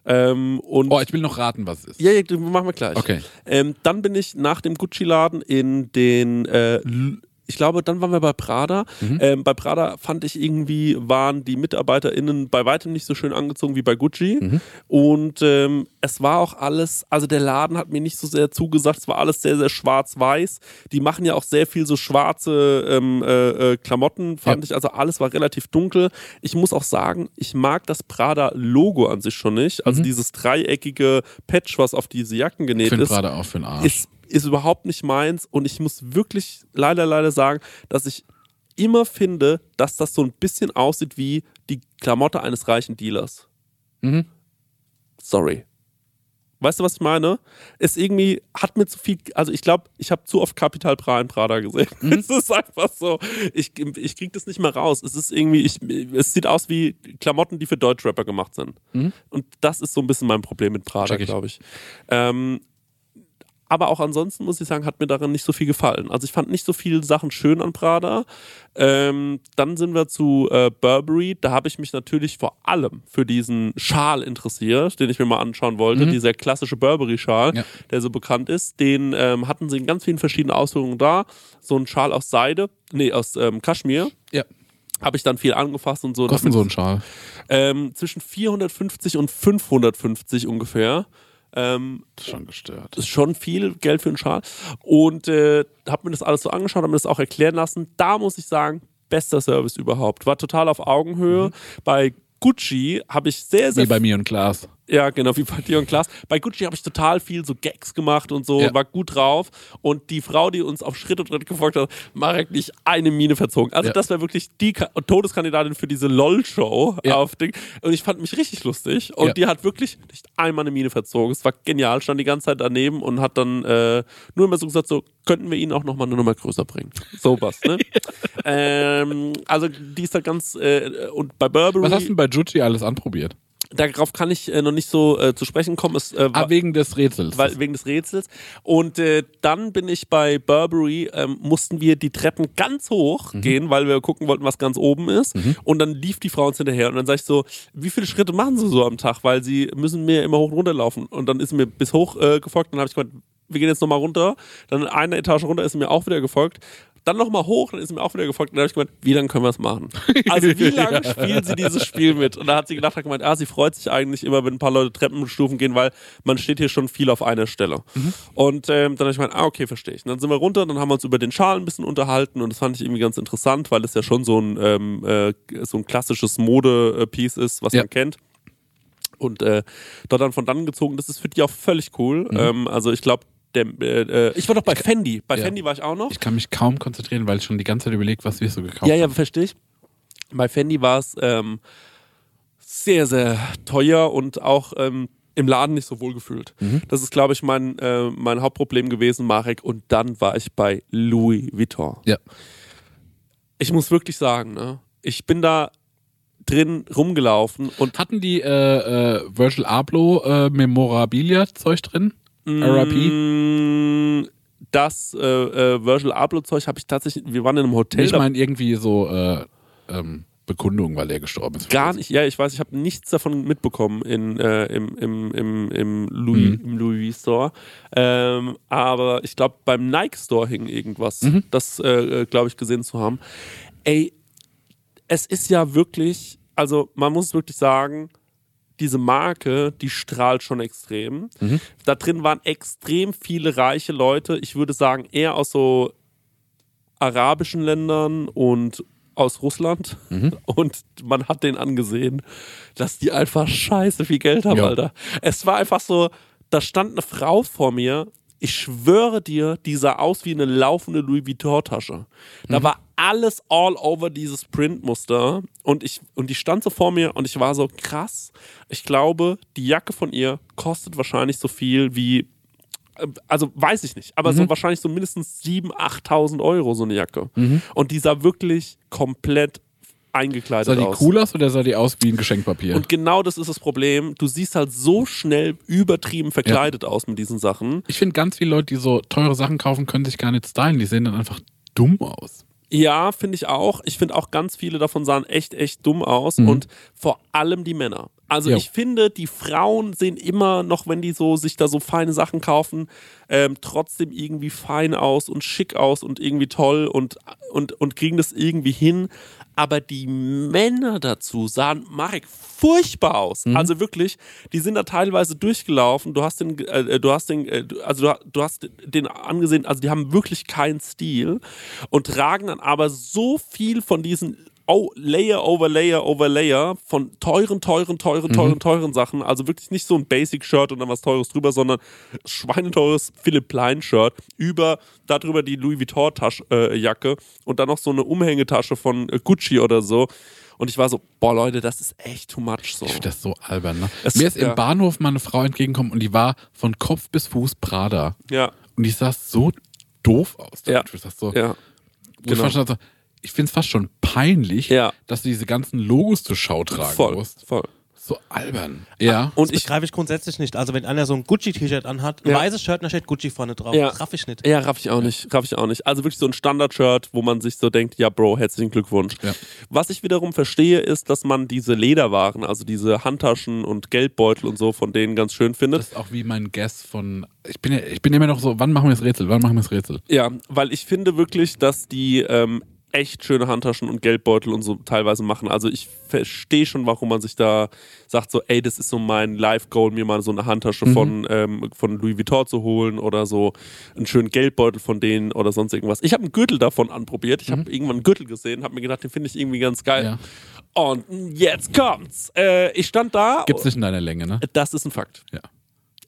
Ähm, und
Oh, ich will noch raten, was es ist.
Ja, ja, du- machen wir gleich.
Okay.
Ähm, dann bin ich nach dem Gucci-Laden in den, äh, L- ich glaube, dann waren wir bei Prada.
Mhm.
Ähm, bei Prada fand ich irgendwie, waren die MitarbeiterInnen bei weitem nicht so schön angezogen wie bei Gucci.
Mhm.
Und ähm, es war auch alles, also der Laden hat mir nicht so sehr zugesagt, es war alles sehr, sehr schwarz-weiß. Die machen ja auch sehr viel so schwarze ähm, äh, äh, Klamotten, fand ich. Also alles war relativ dunkel. Ich muss auch sagen, ich mag das Prada-Logo an sich schon nicht. Also dieses dreieckige Patch, was auf diese Jacken genäht
Ich finde
ist
gerade auch für den Arsch.
ist, ist überhaupt nicht meins und ich muss wirklich leider, leider sagen, dass ich immer finde, dass das so ein bisschen aussieht wie die Klamotte eines reichen Dealers.
Mhm.
Sorry. Weißt du, was ich meine? Es irgendwie hat mir zu viel, also ich glaube, ich habe zu oft Capital Bra in Prada gesehen.
Mhm.
Es ist einfach so, ich, ich kriege das nicht mehr raus. Es ist irgendwie, ich, es sieht aus wie Klamotten, die für Deutschrapper gemacht sind. Und das ist so ein bisschen mein Problem mit Prada,
Mhm. Check ich.
glaube ich. Ähm, aber auch ansonsten muss ich sagen, hat mir daran nicht so viel gefallen. Also ich fand nicht so viele Sachen schön an Prada. Ähm, dann sind wir zu äh, Burberry. Da habe ich mich natürlich vor allem für diesen Schal interessiert, den ich mir mal anschauen wollte. Dieser klassische Burberry-Schal,
Mhm. Ja.
der so bekannt ist. Den ähm, hatten sie in ganz vielen verschiedenen Ausführungen da. So ein Schal aus Seide, nee, aus ähm, Kaschmir.
ja.
Habe ich dann viel angefasst und so.
Kosten so ein Schal.
ähm, zwischen 450 und 550 ungefähr. Ähm,
Das ist schon gestört.
das ist schon viel Geld für einen Schal. Und äh, habe mir das alles so angeschaut, habe mir das auch erklären lassen. Da muss ich sagen, bester Service überhaupt. War total auf
Mhm.
Augenhöhe. Bei Gucci habe ich sehr, sehr
Wie bei mir und Glas.
ja, genau, wie bei dir und Klaas. Bei Gucci habe ich total viel so Gags gemacht und so,
Ja.
war gut drauf. Und die Frau, die uns auf Schritt und Tritt gefolgt hat, Marek nicht eine Mine verzogen. Also
Ja.
das war wirklich die Ka Todeskandidatin für diese LOL-Show
Ja.
auf Ding. Und ich fand mich richtig lustig. Und
Ja.
die hat wirklich nicht einmal eine Mine verzogen. Es war genial, stand die ganze Zeit daneben und hat dann äh, nur immer so gesagt, so könnten wir ihn auch nochmal eine Nummer größer bringen. Sowas, ne? ähm, also die ist da ganz, äh, und bei Burberry
Was hast du denn bei Gucci alles anprobiert?
darauf kann ich äh, noch nicht so äh, zu sprechen kommen. Es, äh,
Ah,
war-
wegen des Rätsels.
weil, wegen des Rätsels. Und äh, dann bin ich bei Burberry, ähm, mussten wir die Treppen ganz hoch gehen, weil wir gucken wollten, was ganz oben ist. Und dann lief die Frau uns hinterher und dann sag ich so, wie viele Schritte machen sie so am Tag? Weil sie müssen mir immer hoch und runter laufen. Und dann ist sie mir bis hoch äh, gefolgt und dann habe ich gemeint, wir gehen jetzt nochmal runter. Dann eine Etage runter ist mir auch wieder gefolgt. Dann nochmal hoch, dann ist mir auch wieder gefolgt. Und dann habe ich gemeint, wie lange können wir es machen? Also wie lange spielt sie dieses Spiel mit? Und da hat sie gedacht, hat gemeint, ah, sie freut sich eigentlich immer, wenn ein paar Leute Treppenstufen gehen, weil man steht hier schon viel auf einer Stelle.
Mhm.
Und ähm, dann habe ich gemeint, ah, okay, verstehe ich. Und dann sind wir runter, dann haben wir uns über den Schal ein bisschen unterhalten und das fand ich irgendwie ganz interessant, weil es ja schon so ein, ähm, äh, so ein klassisches Mode-Piece ist, was
Ja.
man kennt und äh, dort dann von dann gezogen. Das ist für die auch völlig cool. Ähm, also ich glaube, der, äh, äh, ich war doch bei Fendi. Bei
ja.
Fendi war ich auch noch.
Ich kann mich kaum konzentrieren, weil ich schon die ganze Zeit überlegt, was wir so gekauft
Ja, ja,
haben.
verstehe ich. Bei Fendi war es ähm, sehr, sehr teuer und auch ähm, im Laden nicht so wohl gefühlt. Das ist, glaube ich, mein, äh, mein Hauptproblem gewesen, Marek. Und dann war ich bei Louis Vuitton.
Ja.
Ich muss wirklich sagen, ne, ich bin da drin rumgelaufen und
Hatten die äh, äh, Virgil Abloh äh, Memorabilia-Zeug drin? RIP?
Mm, Das äh, äh, Virgil Abloh-Zeug habe ich tatsächlich. Wir waren in einem Hotel.
Ich
da-
meine irgendwie so äh, ähm, Bekundung, weil er gestorben ist.
gar nicht. Ja, ich weiß, ich habe nichts davon mitbekommen in, äh, im, im, im, im Louis, im Louis Store. Ähm, aber ich glaube, beim Nike Store hing irgendwas. Das, äh, glaube ich, gesehen zu haben. Ey, es ist ja wirklich. Also, man muss wirklich sagen, diese Marke, die strahlt schon extrem. Da drin waren extrem viele reiche Leute. Ich würde sagen, eher aus so arabischen Ländern und aus Russland.
Mhm.
Und man hat denen angesehen, dass die einfach scheiße viel Geld haben,
Ja.
Alter. Es war einfach so, da stand eine Frau vor mir. Ich schwöre dir, die sah aus wie eine laufende Louis Vuitton-Tasche. Da war alles all over dieses Printmuster. Und, ich, und die stand so vor mir und ich war so krass. Ich glaube, die Jacke von ihr kostet wahrscheinlich so viel wie also weiß ich nicht, aber
Mhm.
so wahrscheinlich so mindestens 7.000, 8.000 Euro so eine Jacke.
Mhm.
Und die sah wirklich komplett eingekleidet
Sah die
aus.
cool aus oder sah die aus wie ein Geschenkpapier?
Und genau das ist das Problem. Du siehst halt so schnell übertrieben verkleidet aus mit diesen Sachen.
ich finde, ganz viele Leute, die so teure Sachen kaufen, können sich gar nicht stylen. Die sehen dann einfach dumm aus.
Ja, finde ich auch. Ich finde auch ganz viele davon sahen echt, echt dumm aus. Und vor allem die Männer. Also
Mhm. Jo.
ich finde, die Frauen sehen immer noch, wenn die so sich da so feine Sachen kaufen, ähm, trotzdem irgendwie fein aus und schick aus und irgendwie toll und, und, und kriegen das irgendwie hin. Aber die Männer dazu sahen, Marek, furchtbar aus.
Mhm.
Mhm.
Also wirklich, die sind da teilweise durchgelaufen. Du hast den, äh, du hast den, äh, du- also du, du hast den angesehen, also die haben wirklich keinen Stil und tragen dann aber so viel von diesen oh, Layer over Layer over Layer von teuren, teuren, teuren, teuren, teuren Sachen. Also wirklich nicht so ein Basic-Shirt und dann was Teures drüber, sondern schweineteures Philipp Plein-Shirt über, darüber die Louis Vuitton-Jacke äh, Jacke und dann noch so eine Umhängetasche von äh, Gucci oder so. Und ich war so, boah Leute, das ist echt too much so.
Ich finde das so albern. Ne?
Es-
Mir ist
ja.
im Bahnhof mal eine Frau entgegengekommen und die war von Kopf bis Fuß Prada.
Ja,
Und die sah so doof aus.
Ja.
Ich sag so,
ja.
wo ich
genau.
fast schon so, ich finde es fast schon peinlich,
Ja.
dass du diese ganzen Logos zur Schau tragen
Voll, Ah.
musst.
voll.
So albern. Ja.
Und
Das
ich,
begreife ich grundsätzlich nicht. Also wenn einer so ein Gucci-T-Shirt anhat, ein
Ja.
weißes Shirt, da steht Gucci vorne drauf.
Ja.
Raff ich nicht.
Ja, raff ich auch nicht. Raff ich auch nicht. Also wirklich so ein Standard-Shirt, wo man sich so denkt, ja, Bro, herzlichen Glückwunsch.
Ja.
Was ich wiederum verstehe, ist, dass man diese Lederwaren, also diese Handtaschen und Geldbeutel und so von denen ganz schön findet.
das ist auch wie mein Guess von. Ich bin, ja- ich bin immer noch so, wann machen wir das Rätsel? Wann machen wir das Rätsel?
ja, weil ich finde wirklich, dass die ähm, echt schöne Handtaschen und Geldbeutel und so teilweise machen. Also ich verstehe schon, warum man sich da sagt so, ey, das ist so mein Life-Goal, mir mal so eine Handtasche von, ähm, von Louis Vuitton zu holen oder so einen schönen Geldbeutel von denen oder sonst irgendwas. Ich habe einen Gürtel davon anprobiert. Ich
Mhm.
habe irgendwann einen Gürtel gesehen, habe mir gedacht, den finde ich irgendwie ganz geil. Und jetzt kommt's. Äh, ich stand da.
Gibt's nicht in deiner Länge, ne?
Das ist ein Fakt.
Ja.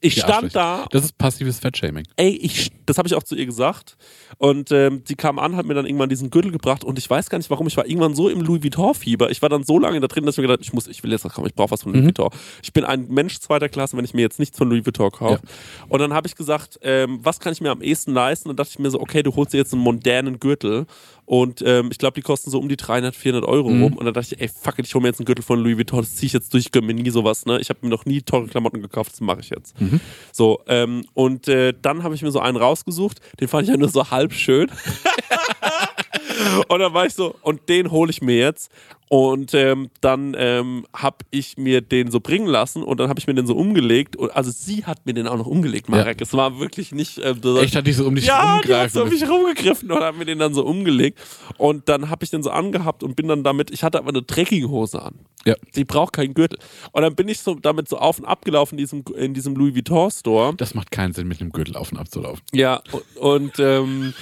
Ich
Die
stand
Arschlöcher.
da
Das ist passives Fettshaming.
ey, ich, das habe ich auch zu ihr gesagt. Und ähm, die kam an, hat mir dann irgendwann diesen Gürtel gebracht und ich weiß gar nicht warum. Ich war irgendwann so im Louis Vuitton-Fieber. Ich war dann so lange da drin, dass ich mir gedacht ich muss, ich will jetzt was kommen, ich brauche was von
Mhm.
Louis Vuitton. Ich bin ein Mensch zweiter Klasse, wenn ich mir jetzt nichts von Louis Vuitton kaufe. Und dann habe ich gesagt, ähm, was kann ich mir am ehesten leisten? Und dachte ich mir so, okay, du holst dir jetzt einen modernen Gürtel. Und ähm, ich glaube, die kosten so um die 300, 400 Euro rum. Und dann dachte ich, ey, fuck it, ich hole mir jetzt einen Gürtel von Louis Vuitton, das ziehe ich jetzt durch, ich gönn mir nie sowas. Ne? Ich habe mir noch nie teure Klamotten gekauft, das mache ich jetzt. So, ähm, und äh, dann habe ich mir so einen rausgesucht, den fand ich ja nur so halb schön. Und dann war ich so, und den hole ich mir jetzt. Und ähm, dann ähm, habe ich mir den so bringen lassen und dann habe ich mir den so umgelegt. Und, also sie hat mir den auch noch umgelegt, Marek. Es war wirklich nicht... ähm, so-
Echt, hat die so um dich
ja, die hat
rumgreifen
so um
müssen.
mich rumgegriffen und hat mir den dann so umgelegt. Und dann habe ich den so angehabt und bin dann damit, ich hatte aber eine Trekkinghose an.
Ja.
Die braucht keinen Gürtel. Und dann bin ich so damit so auf und ab gelaufen in diesem, in diesem Louis Vuitton Store.
Das macht keinen Sinn, mit einem Gürtel auf und ab zu laufen.
Ja, und, und ähm,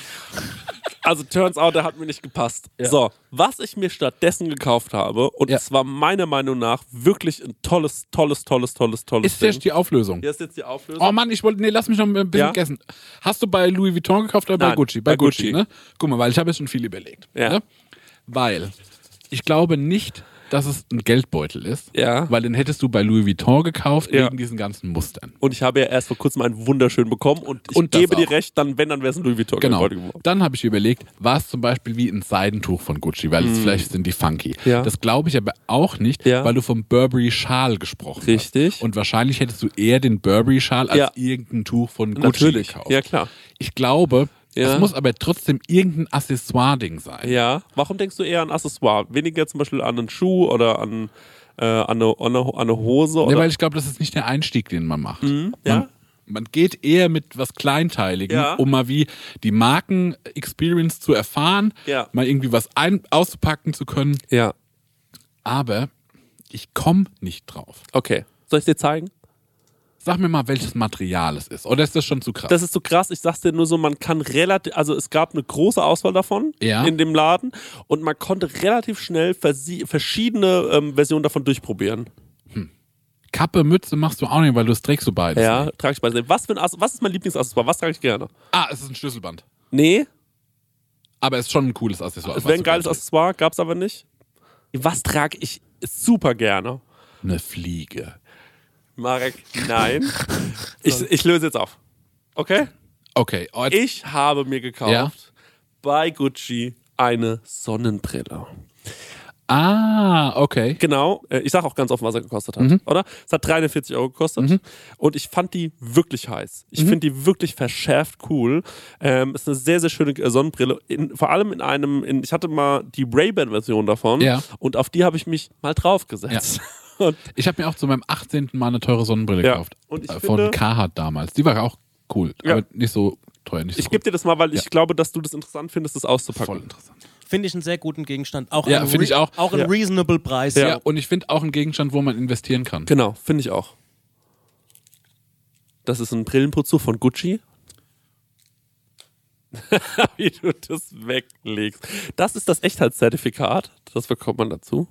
also turns out, der hat mir nicht gepasst. So, was ich mir stattdessen gekauft habe, und
Ja.
es war meiner Meinung nach wirklich ein tolles, tolles, tolles, tolles, tolles
Ist
Ding.
das die Auflösung?
Hier ist jetzt die Auflösung.
Oh Mann, ich wollte, nee, lass mich noch ein bisschen
Ja?
vergessen. Hast du bei Louis Vuitton gekauft oder bei
Nein,
Gucci? Bei,
bei Gucci.
Gucci, ne? Guck mal, weil ich habe jetzt schon viel überlegt.
Ja.
Ne? Weil ich glaube nicht, dass es ein Geldbeutel ist,
Ja.
weil den hättest du bei Louis Vuitton gekauft
Ja.
wegen diesen ganzen Mustern.
Und ich habe ja erst vor kurzem einen wunderschönen bekommen und ich
Und das
gebe dir
auch.
recht, dann wenn, dann wäre es ein Louis Vuitton
Genau.
Gebäude geworden.
Dann habe ich überlegt, war es zum Beispiel wie ein Seidentuch von Gucci, weil es vielleicht sind die funky.
Mm. Ja.
Das glaube ich aber auch nicht,
Ja.
weil du vom Burberry Schal gesprochen hast.
Richtig.
Und wahrscheinlich hättest du eher den Burberry Schal als
Ja.
irgendein Tuch von Gucci
Natürlich,
gekauft.
ja klar.
Ich glaube,
Ja.
es muss aber trotzdem irgendein Accessoire-Ding sein.
Ja, warum denkst du eher an Accessoire? Weniger zum Beispiel an einen Schuh oder an, äh, an, eine, an, eine, an eine Hose? Oder? Mhm,
Ja, weil ich glaube, das ist nicht der Einstieg, den man macht.
ja.
Man geht eher mit was Kleinteiligem,
Ja.
um mal wie die Marken-Experience zu erfahren,
Ja.
mal irgendwie was ein auspacken zu können.
ja,
Aber ich komme nicht drauf.
okay. Soll ich dir zeigen?
Sag mir mal, welches Material es ist. Oder ist das schon zu krass?
Das ist so krass. Ich sag's dir nur so, man kann relativ, also es gab eine große Auswahl davon
Ja.
in dem Laden und man konnte relativ schnell versi- verschiedene ähm, Versionen davon durchprobieren.
Kappe, Mütze machst du auch nicht, weil du es trägst du beides.
Ja,
nicht.
trage ich bei selbst. Was, für ein Ass- was ist mein Lieblingsaccessoire? Was trage ich gerne?
Ah, es ist ein Schlüsselband.
Nee,
Aber es ist schon ein cooles Accessoire.
es wäre ein
was
geiles
du trägst.
Accessoire, gab's aber nicht. Was trage ich super gerne?
Eine Fliege.
Marek, nein. ich, ich löse jetzt auf. Okay?
Okay. oh, jetzt-
Ich habe mir gekauft
Ja.
bei Gucci eine Sonnenbrille.
ah, okay.
Genau, äh, ich sage auch ganz offen, was er gekostet hat, oder? Es hat 43 Euro gekostet und ich fand die wirklich heiß. Ich
Mhm.
finde die wirklich verschärft cool. Ähm, ist eine sehr, sehr schöne äh, Sonnenbrille. In, vor allem in einem, in, ich hatte mal die Ray-Ban-Version davon
Ja.
und auf die habe ich mich mal draufgesetzt. Und
Ich habe mir auch zu meinem 18. Mal eine teure Sonnenbrille
Ja.
gekauft.
Und ich
Äh,
finde-
Von Carhartt damals. Die war auch cool.
Ja.
Aber nicht so teuer. Nicht so
ich gebe dir das mal, weil ich
Ja.
glaube, dass du das interessant findest, das
gut. Voll
auszupacken.
interessant.
Finde ich einen sehr guten Gegenstand. Auch
Ja,
ein
finde
re-
ich auch.
Auch ein
Ja.
reasonable Preis.
Ja. und ich finde auch einen Gegenstand, wo man investieren kann.
Genau, finde ich auch. Das ist ein Brillenputzer von Gucci. Wie du das weglegst. Das ist das Echtheitszertifikat. Das bekommt man dazu.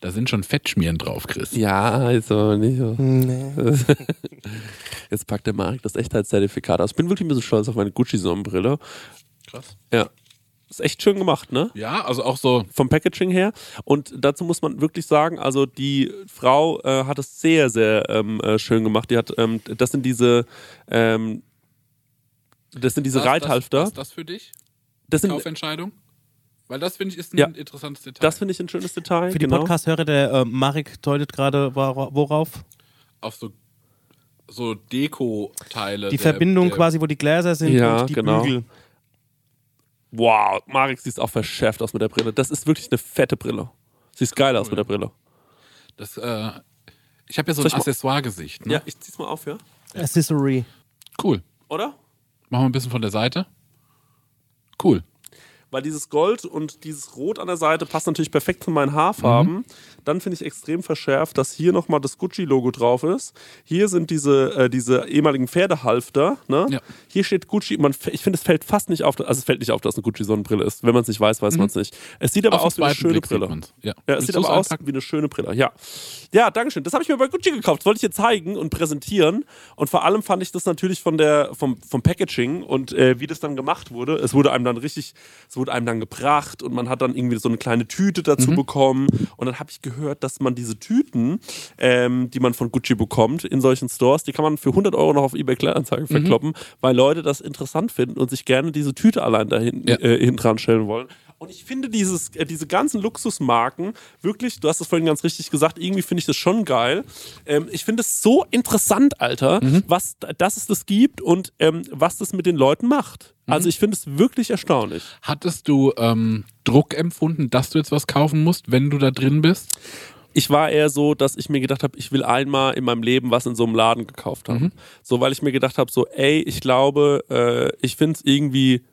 Da sind schon Fettschmieren drauf, Chris.
Ja, ist aber nicht so. Jetzt packt der Markt das Echtheitszertifikat aus. Ich bin wirklich ein bisschen stolz auf meine Gucci-Sonnenbrille.
Krass.
Ja. Ist echt schön gemacht, ne?
Ja, also auch so
vom Packaging her. Und dazu muss man wirklich sagen, also die Frau äh, hat es sehr, sehr ähm, äh, schön gemacht. Die hat, ähm, das sind diese, ähm, das sind diese
Das-
Reithalfter. Das,
Das, ist das für dich?
sind,
Kaufentscheidung? Weil das finde ich ist ein
Ja.
interessantes Detail.
das finde ich ein schönes Detail.
Für die
genau.
Podcast-Hörer, der äh, Marek deutet gerade wora- worauf?
Auf so, so Deko-Teile.
Die
der-
Verbindung
der-
quasi, wo die Gläser sind
Ja,
und die
genau.
Bügel.
Wow, Marek sieht auch verschärft aus mit der Brille. Das ist wirklich eine fette Brille. Sieht geil aus mit der Brille.
Das, äh, ich habe ja
Soll
so ein
ich mal-
Accessoire-Gesicht. Ne?
Ja, ich zieh's mal auf, ja?
Accessory.
Cool.
Oder?
Machen wir ein bisschen von der Seite. Cool.
Weil dieses Gold und dieses Rot an der Seite passt natürlich perfekt zu meinen Haarfarben. Dann finde ich extrem verschärft, dass hier nochmal das Gucci-Logo drauf ist. Hier sind diese, äh, diese ehemaligen Pferdehalfter. Ne?
Ja.
Hier steht Gucci. Man, f- ich finde, es fällt fast nicht auf, also es fällt nicht auf, dass es eine Gucci-Sonnenbrille ist. Wenn man es nicht weiß, weiß man es nicht. Es sieht aber
Auf den
aus wie eine
zweiten
schöne
Blick sieht
Brille.
man's. Ja.
Ja, es
Willst
sieht
du
aber
es
aus
einpacken?
wie eine schöne Brille. Ja, ja Dankeschön. Das habe ich mir bei Gucci gekauft. Das wollte ich dir zeigen und präsentieren. Und vor allem fand ich das natürlich von der, vom, vom Packaging und äh, wie das dann gemacht wurde. Es wurde einem dann richtig, es wurde einem dann gebracht und man hat dann irgendwie so eine kleine Tüte dazu bekommen. Und dann habe ich gehört, dass man diese Tüten, ähm, die man von Gucci bekommt in solchen Stores, die kann man für 100 Euro noch auf eBay Kleinanzeigen verkloppen, weil Leute das interessant finden und sich gerne diese Tüte allein da hinten
Ja.
äh, hinten dran stellen wollen. Und ich finde dieses, äh, diese ganzen Luxusmarken wirklich, du hast es vorhin ganz richtig gesagt, irgendwie finde ich das schon geil. Ähm, ich finde es so interessant, Alter, was, dass es das gibt und ähm, was das mit den Leuten macht. Also ich finde es wirklich erstaunlich.
Hattest du ähm, Druck empfunden, dass du jetzt was kaufen musst, wenn du da drin bist?
ich war eher so, dass ich mir gedacht habe, ich will einmal in meinem Leben was in so einem Laden gekauft haben. So, weil ich mir gedacht habe, so, ey, ich glaube, äh, ich finde es irgendwie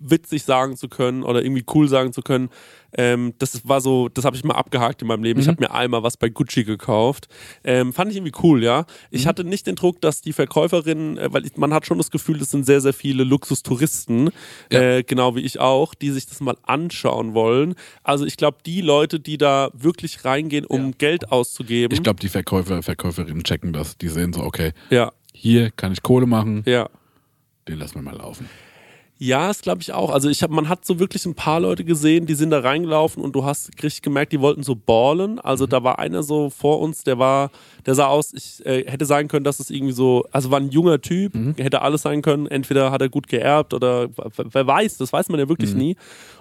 witzig sagen zu können oder irgendwie cool sagen zu können. Ähm, das war so, das habe ich mal abgehakt in meinem Leben. Ich habe mir einmal was bei Gucci gekauft. Ähm, fand ich irgendwie cool, ja. Ich hatte nicht den Druck, dass die Verkäuferinnen, äh, weil ich, man hat schon das Gefühl, das sind sehr, sehr viele Luxustouristen, äh, genau wie ich auch, die sich das mal anschauen wollen. Also ich glaube, die Leute, die da wirklich reingehen, um Geld auszugeben.
Ich glaube, die Verkäufer, Verkäuferinnen checken das. Die sehen so, okay,
ja,
hier kann ich Kohle machen,
ja.
den lassen wir mal laufen.
Ja, das glaube ich auch. Also ich hab, man hat so wirklich ein paar Leute gesehen, die sind da reingelaufen und du hast richtig gemerkt, die wollten so ballen. Also
Mhm.
da war einer so vor uns, der war, der sah aus, ich äh, hätte sagen können, dass es irgendwie so, also war ein junger Typ,
Mhm.
hätte alles sein können. Entweder hat er gut geerbt oder w- w- wer weiß, das weiß man ja
Mhm.
wirklich nie.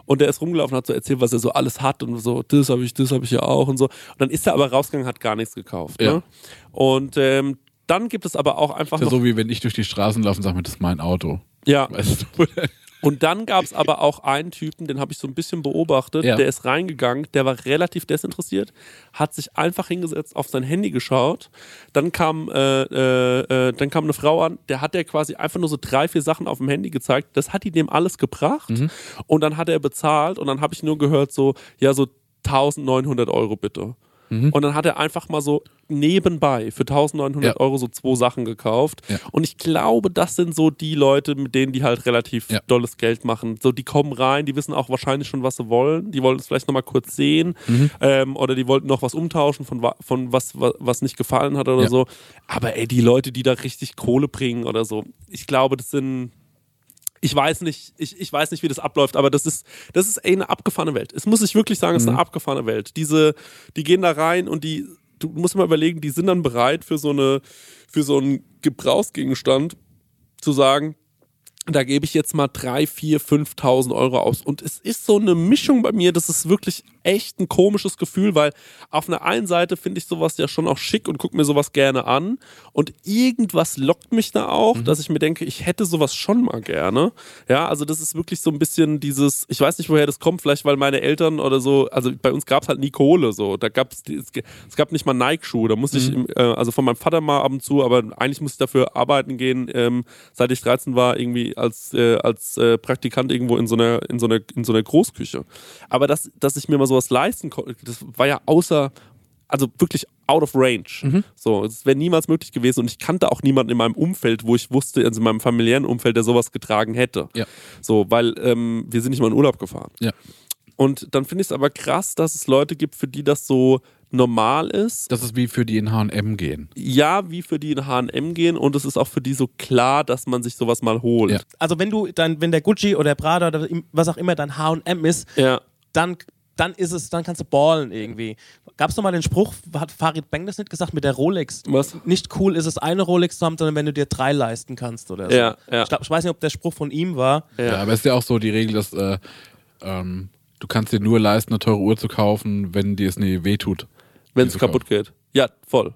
Und der ist rumgelaufen und hat so erzählt, was er so alles hat und so, das habe ich, das habe ich ja auch und so. Und dann ist er aber rausgegangen, hat gar nichts gekauft.
Ja.
Ne? Und ähm, dann gibt es aber auch einfach
Ist ja
noch,
so wie wenn ich durch die Straßen laufe und sage mir, das ist mein Auto.
ja,
Weißt du?
Und dann gab es aber auch einen Typen, den habe ich so ein bisschen beobachtet,
Ja.
der ist reingegangen, der war relativ desinteressiert, hat sich einfach hingesetzt, auf sein Handy geschaut. Dann kam, äh, äh, äh, dann kam eine Frau an, der hat der quasi einfach nur so drei, vier Sachen auf dem Handy gezeigt. Das hat die dem alles gebracht und dann hat er bezahlt und dann habe ich nur gehört so, ja so 1900 Euro bitte.
Mhm.
Und dann hat er einfach mal so nebenbei für 1900
Ja.
Euro so zwei Sachen gekauft.
Ja.
Und ich glaube, das sind so die Leute, mit denen die halt relativ
Ja.
dolles Geld machen. So, die kommen rein, die wissen auch wahrscheinlich schon, was sie wollen. Die wollen es vielleicht nochmal kurz sehen.
Mhm.
Ähm, oder die wollten noch was umtauschen von, wa- von was, wa- was nicht gefallen hat oder
Ja.
so. Aber ey, die Leute, die da richtig Kohle bringen oder so, ich glaube, das sind. Ich weiß nicht, ich, ich weiß nicht, wie das abläuft, aber das ist, das ist ey, eine abgefahrene Welt. Es muss ich wirklich sagen, es ist eine abgefahrene Welt. Diese, die gehen da rein und die, du musst mal überlegen, die sind dann bereit für so eine, für so einen Gebrauchsgegenstand zu sagen, da gebe ich jetzt mal 3, 4, 5.000 Euro aus. Und es ist so eine Mischung bei mir, das ist wirklich echt ein komisches Gefühl, weil auf einer einen Seite finde ich sowas ja schon auch schick und gucke mir sowas gerne an. Und irgendwas lockt mich da auch, dass ich mir denke, ich hätte sowas schon mal gerne. Ja, also das ist wirklich so ein bisschen dieses, ich weiß nicht, woher das kommt, vielleicht weil meine Eltern oder so, also bei uns gab es halt nie Kohle so. Da gab es, es gab nicht mal Nike-Schuhe. Da musste ich, im, äh, also von meinem Vater mal ab und zu, aber eigentlich musste ich dafür arbeiten gehen, ähm, seit ich 13 war, irgendwie als, äh, als äh, Praktikant irgendwo in so einer, in so einer, in so einer Großküche. Aber dass, dass ich mir mal sowas leisten konnte, das war ja außer, also wirklich out of range. So, es wäre niemals möglich gewesen und ich kannte auch niemanden in meinem Umfeld, wo ich wusste, also in meinem familiären Umfeld, der sowas getragen hätte.
Ja.
So, weil ähm, wir sind nicht mal in Urlaub gefahren.
Ja.
Und dann finde ich es aber krass, dass es Leute gibt, für die das so normal ist.
Das ist wie für die in H&M gehen.
Ja, wie für die in H&M gehen und es ist auch für die so klar, dass man sich sowas mal holt.
Ja.
Also wenn du dann, wenn der Gucci oder der Prada oder im- was auch immer dein H&M ist,
Ja.
dann dann ist es, dann kannst du ballen irgendwie. Gab es mal den Spruch, hat Farid Bang das nicht gesagt mit der Rolex?
Was?
Nicht cool ist es, eine Rolex zu haben, sondern wenn du dir drei leisten kannst oder so.
Ja, ja.
Ich, glaub, ich weiß nicht, ob der Spruch von ihm war.
Ja. aber es ist ja auch so die Regel, dass äh, ähm, du kannst dir nur leisten, eine teure Uhr zu kaufen, wenn dir es nie wehtut.
Wenn es
Diese
kaputt geht. Ja, voll.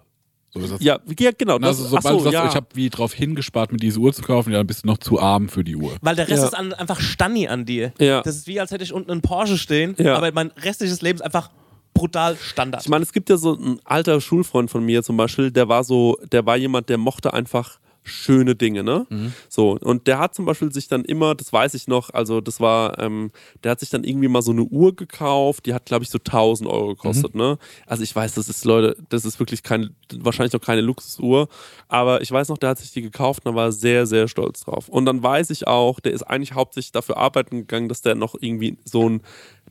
So ist das.
Ja, ja genau.
Und also
das-
sobald
ach
du
so,
sagst,
ja.
ich habe wie drauf hingespart, mir diese Uhr zu kaufen, ja, dann bist du noch zu arm für die Uhr.
Weil der Rest
Ja.
ist an, einfach Stanni an dir.
Ja.
Das ist wie, als hätte ich unten einen Porsche stehen,
Ja.
aber mein restliches Leben ist einfach brutal Standard.
Ich meine, es gibt ja so ein alter Schulfreund von mir zum Beispiel, der war so, der war jemand, der mochte einfach schöne Dinge, ne? So, und der hat zum Beispiel sich dann immer, das weiß ich noch, also das war, ähm, der hat sich dann irgendwie mal so eine Uhr gekauft, die hat, glaube ich, so 1000 Euro gekostet, ne? Also ich weiß, das ist, Leute, das ist wirklich kein, wahrscheinlich noch keine Luxusuhr, aber ich weiß noch, der hat sich die gekauft und da war er sehr, sehr stolz drauf. Und dann weiß ich auch, der ist eigentlich hauptsächlich dafür arbeiten gegangen, dass der noch irgendwie so ein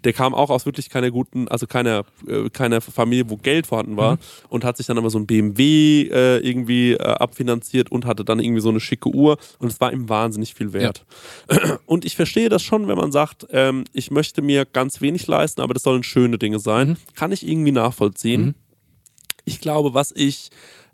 der kam auch aus wirklich keiner guten, also keiner, äh, keiner Familie, wo Geld vorhanden war und hat sich dann aber so ein BMW äh, irgendwie äh, abfinanziert und hatte dann irgendwie so eine schicke Uhr und es war ihm wahnsinnig viel wert. Und ich verstehe das schon, wenn man sagt, ähm, ich möchte mir ganz wenig leisten, aber das
Mhm.
sollen schöne Dinge sein, kann ich irgendwie nachvollziehen. Ich glaube, was ich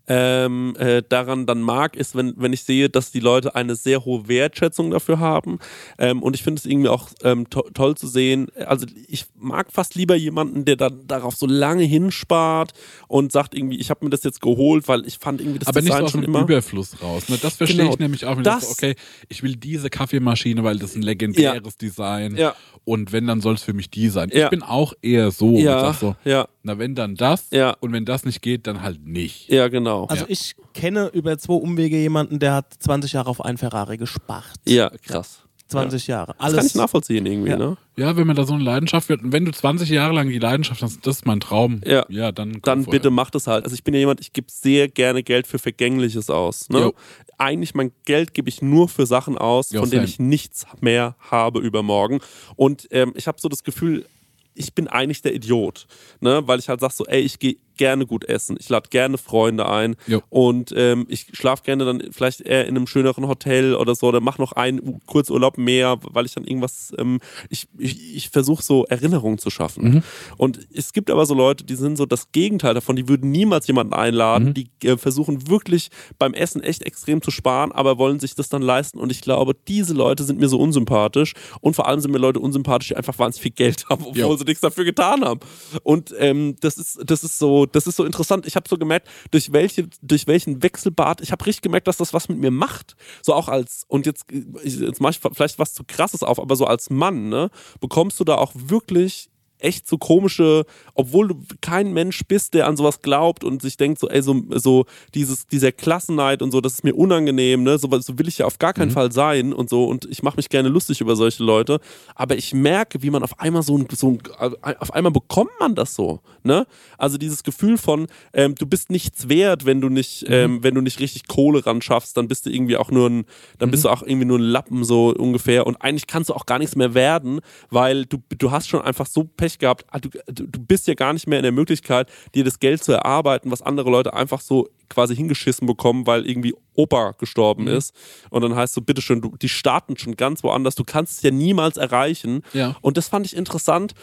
ähm, äh, daran dann mag, ist, wenn, wenn ich sehe, dass die Leute eine sehr hohe Wertschätzung dafür haben. Ähm, und ich finde es irgendwie auch ähm, to toll zu sehen. Also ich mag fast lieber jemanden, der dann darauf so lange hinspart und sagt irgendwie, ich habe mir das jetzt geholt, weil ich fand irgendwie das
Aber nicht so
Design
aus
schon
dem
immer.
Überfluss raus. Ne? Das verstehe
Genau.
ich nämlich auch. wenn ich
Das-
so, okay, ich will diese Kaffeemaschine, weil das ist ein legendäres Design.
Ja.
Und wenn, dann soll es für mich die sein.
Ja.
Ich bin auch eher so.
Ja,
Ich sag so
ja.
Na, wenn dann das.
Ja.
Und wenn das nicht geht, dann halt nicht.
Ja, genau.
Also
Ja.
ich kenne über zwei Umwege jemanden, der hat 20 Jahre auf einen Ferrari gespart.
ja, krass.
20 Jahre.
Das kann ich
Alles.
nachvollziehen irgendwie,
Ja.
ne?
Ja, wenn man da so eine Leidenschaft wird. Und wenn du 20 Jahre lang die Leidenschaft hast, das ist mein Traum.
Ja.
Ja, dann.
dann
go for it.
bitte macht es halt. Also ich bin ja jemand, ich gebe sehr gerne Geld für Vergängliches aus. Ne?
Jo.
Eigentlich mein Geld gebe ich nur für Sachen aus,
Jo,
von denen
same.
ich nichts mehr habe übermorgen. Und ähm, ich habe so das Gefühl, ich bin eigentlich der Idiot, ne? weil ich halt sag so, ey, ich gehe gerne gut essen, ich lade gerne Freunde ein
Jo.
und ähm, ich schlafe gerne dann vielleicht eher in einem schöneren Hotel oder so oder mache noch einen U- Kurzurlaub mehr, weil ich dann irgendwas, ähm, ich, ich, ich versuche so Erinnerungen zu schaffen.
Mhm.
Und es gibt aber so Leute, die sind so das Gegenteil davon, die würden niemals jemanden
Mhm.
einladen, die äh, versuchen wirklich beim Essen echt extrem zu sparen, aber wollen sich das dann leisten und ich glaube, diese Leute sind mir so unsympathisch und vor allem sind mir Leute unsympathisch, die einfach wahnsinnig viel Geld haben, obwohl
Jo.
sie nichts dafür getan haben. Und ähm, das ist das ist so das ist so interessant. Ich habe so gemerkt, durch welche durch welchen Wechselbad, ich habe richtig gemerkt, dass das was mit mir macht. So auch als und jetzt äh, ich- jetzt mache ich vielleicht was zu krasses auf, aber so als Mann, ne, bekommst du da auch wirklich echt so komische, obwohl du kein Mensch bist, der an sowas glaubt und sich denkt so, ey, so, so dieses, dieser Klassenneid und so, das ist mir unangenehm, ne, so, so will ich ja auf gar keinen Fall sein und so und ich mache mich gerne lustig über solche Leute, aber ich merke, wie man auf einmal so ein, so ein auf einmal bekommt man das so, ne, also dieses Gefühl von, ähm, du bist nichts wert, wenn du nicht, ähm, wenn du nicht richtig Kohle ran schaffst, dann bist du irgendwie auch nur ein, dann
Mhm.
bist du auch irgendwie nur ein Lappen so ungefähr und eigentlich kannst du auch gar nichts mehr werden, weil du, du hast schon einfach so Pech gehabt, Ah, du, du du bist ja gar nicht mehr in der Möglichkeit, dir das Geld zu erarbeiten, was andere Leute einfach so quasi hingeschissen bekommen, weil irgendwie Opa gestorben
Mhm.
ist und dann heißt so, bitteschön, du, die starten schon ganz woanders, du kannst es ja niemals erreichen
Ja.
und das fand ich interessant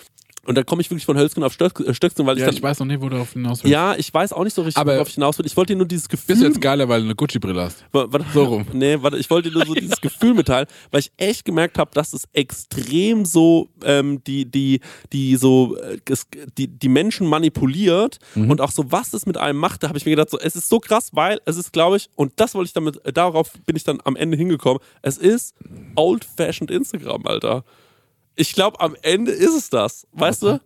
und da komme ich wirklich von Hölzgen auf Stöck- äh, Stöckchen, weil ich
Ja,
dann,
ich weiß noch nicht, wo du auf hinaus willst.
ja, ich weiß auch nicht so richtig,
Aber-
worauf ich hinaus will. Ich wollte dir nur dieses Gefühl
Bist jetzt geiler, weil du eine Gucci-Brille hast.
Wa- Warte,
So rum.
Nee, warte, ich wollte dir nur so dieses Gefühl mitteilen, weil ich echt gemerkt habe, dass es extrem so ähm, die, die, die so äh, es- die, die Menschen manipuliert
Mhm.
und auch so, was es mit einem macht, da habe ich mir gedacht, so, es ist so krass, weil es ist, glaube ich, und das wollte ich damit, äh, darauf bin ich dann am Ende hingekommen, es ist old-fashioned Instagram, Alter. Ich glaube, am Ende ist es das. Weißt du?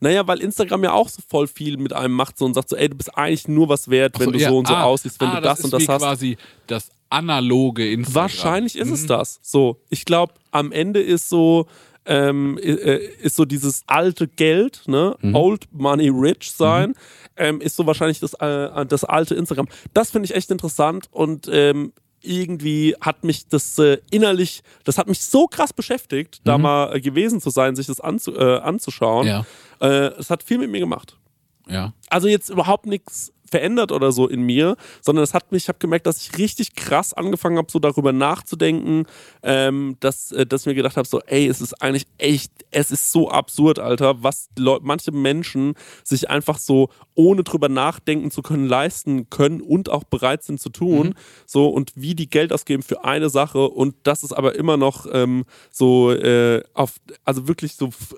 Naja, weil Instagram ja auch so voll viel mit einem macht so und sagt so, ey, du bist eigentlich nur was wert, wenn
Ach
du so
ja,
und so
ah,
aussiehst, wenn
ah,
du das,
ist
und das
wie
hast.
quasi das analoge Instagram.
Wahrscheinlich ist es das. So, ich glaube, am Ende ist so ähm, i- äh, ist so dieses alte Geld, ne, old money rich sein, ähm, ist so wahrscheinlich das äh, das alte Instagram. Das finde ich echt interessant und ähm, irgendwie hat mich das äh, innerlich, das hat mich so krass beschäftigt, da mal äh, gewesen zu sein, sich das anzu, äh, anzuschauen.
Ja.
Äh, es hat viel mit mir gemacht
Ja.
also jetzt überhaupt nichts verändert oder so in mir, sondern es hat mich, ich habe gemerkt, dass ich richtig krass angefangen habe, so darüber nachzudenken, ähm, dass, äh, dass ich mir gedacht habe, so, ey, es ist eigentlich echt, es ist so absurd, Alter, was Leu manche Menschen sich einfach so, ohne drüber nachdenken zu können, leisten können und auch bereit sind zu tun, so und wie die Geld ausgeben für eine Sache und das ist aber immer noch ähm, so äh, auf, also wirklich so f-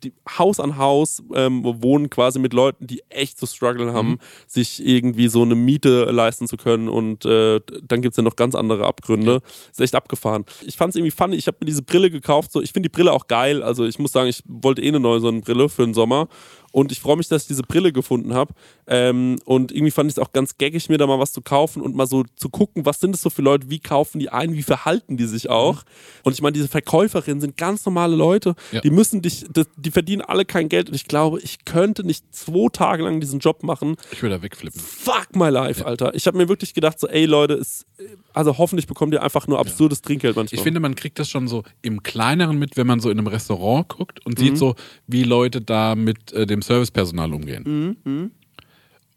die, Haus an Haus ähm, wohnen quasi mit Leuten, die echt zu strugglen haben, sich irgendwie so eine Miete leisten zu können und äh, dann gibt es ja noch ganz andere Abgründe. Ist echt abgefahren. Ich fand es irgendwie funny, ich habe mir diese Brille gekauft, so ich finde die Brille auch geil, also ich muss sagen, ich wollte eh eine neue Sonnenbrille für den Sommer und ich freue mich, dass ich diese Brille gefunden habe ähm, und irgendwie fand ich es auch ganz gaggig, mir da mal was zu kaufen und mal so zu gucken, was sind es so für Leute, wie kaufen die ein, wie verhalten die sich auch und ich meine, diese Verkäuferinnen sind ganz normale Leute,
Mhm. Ja.
die müssen dich, das- die verdienen alle kein Geld und ich glaube, ich könnte nicht zwei Tage lang diesen Job machen,
Ich würde da wegflippen.
fuck my life, Alter. Ich habe mir wirklich gedacht, so, ey Leute, es, also hoffentlich bekommt ihr einfach nur absurdes Trinkgeld manchmal.
Ich finde, man kriegt das schon so im Kleineren mit, wenn man so in einem Restaurant guckt und sieht so, wie Leute da mit äh, dem Servicepersonal umgehen.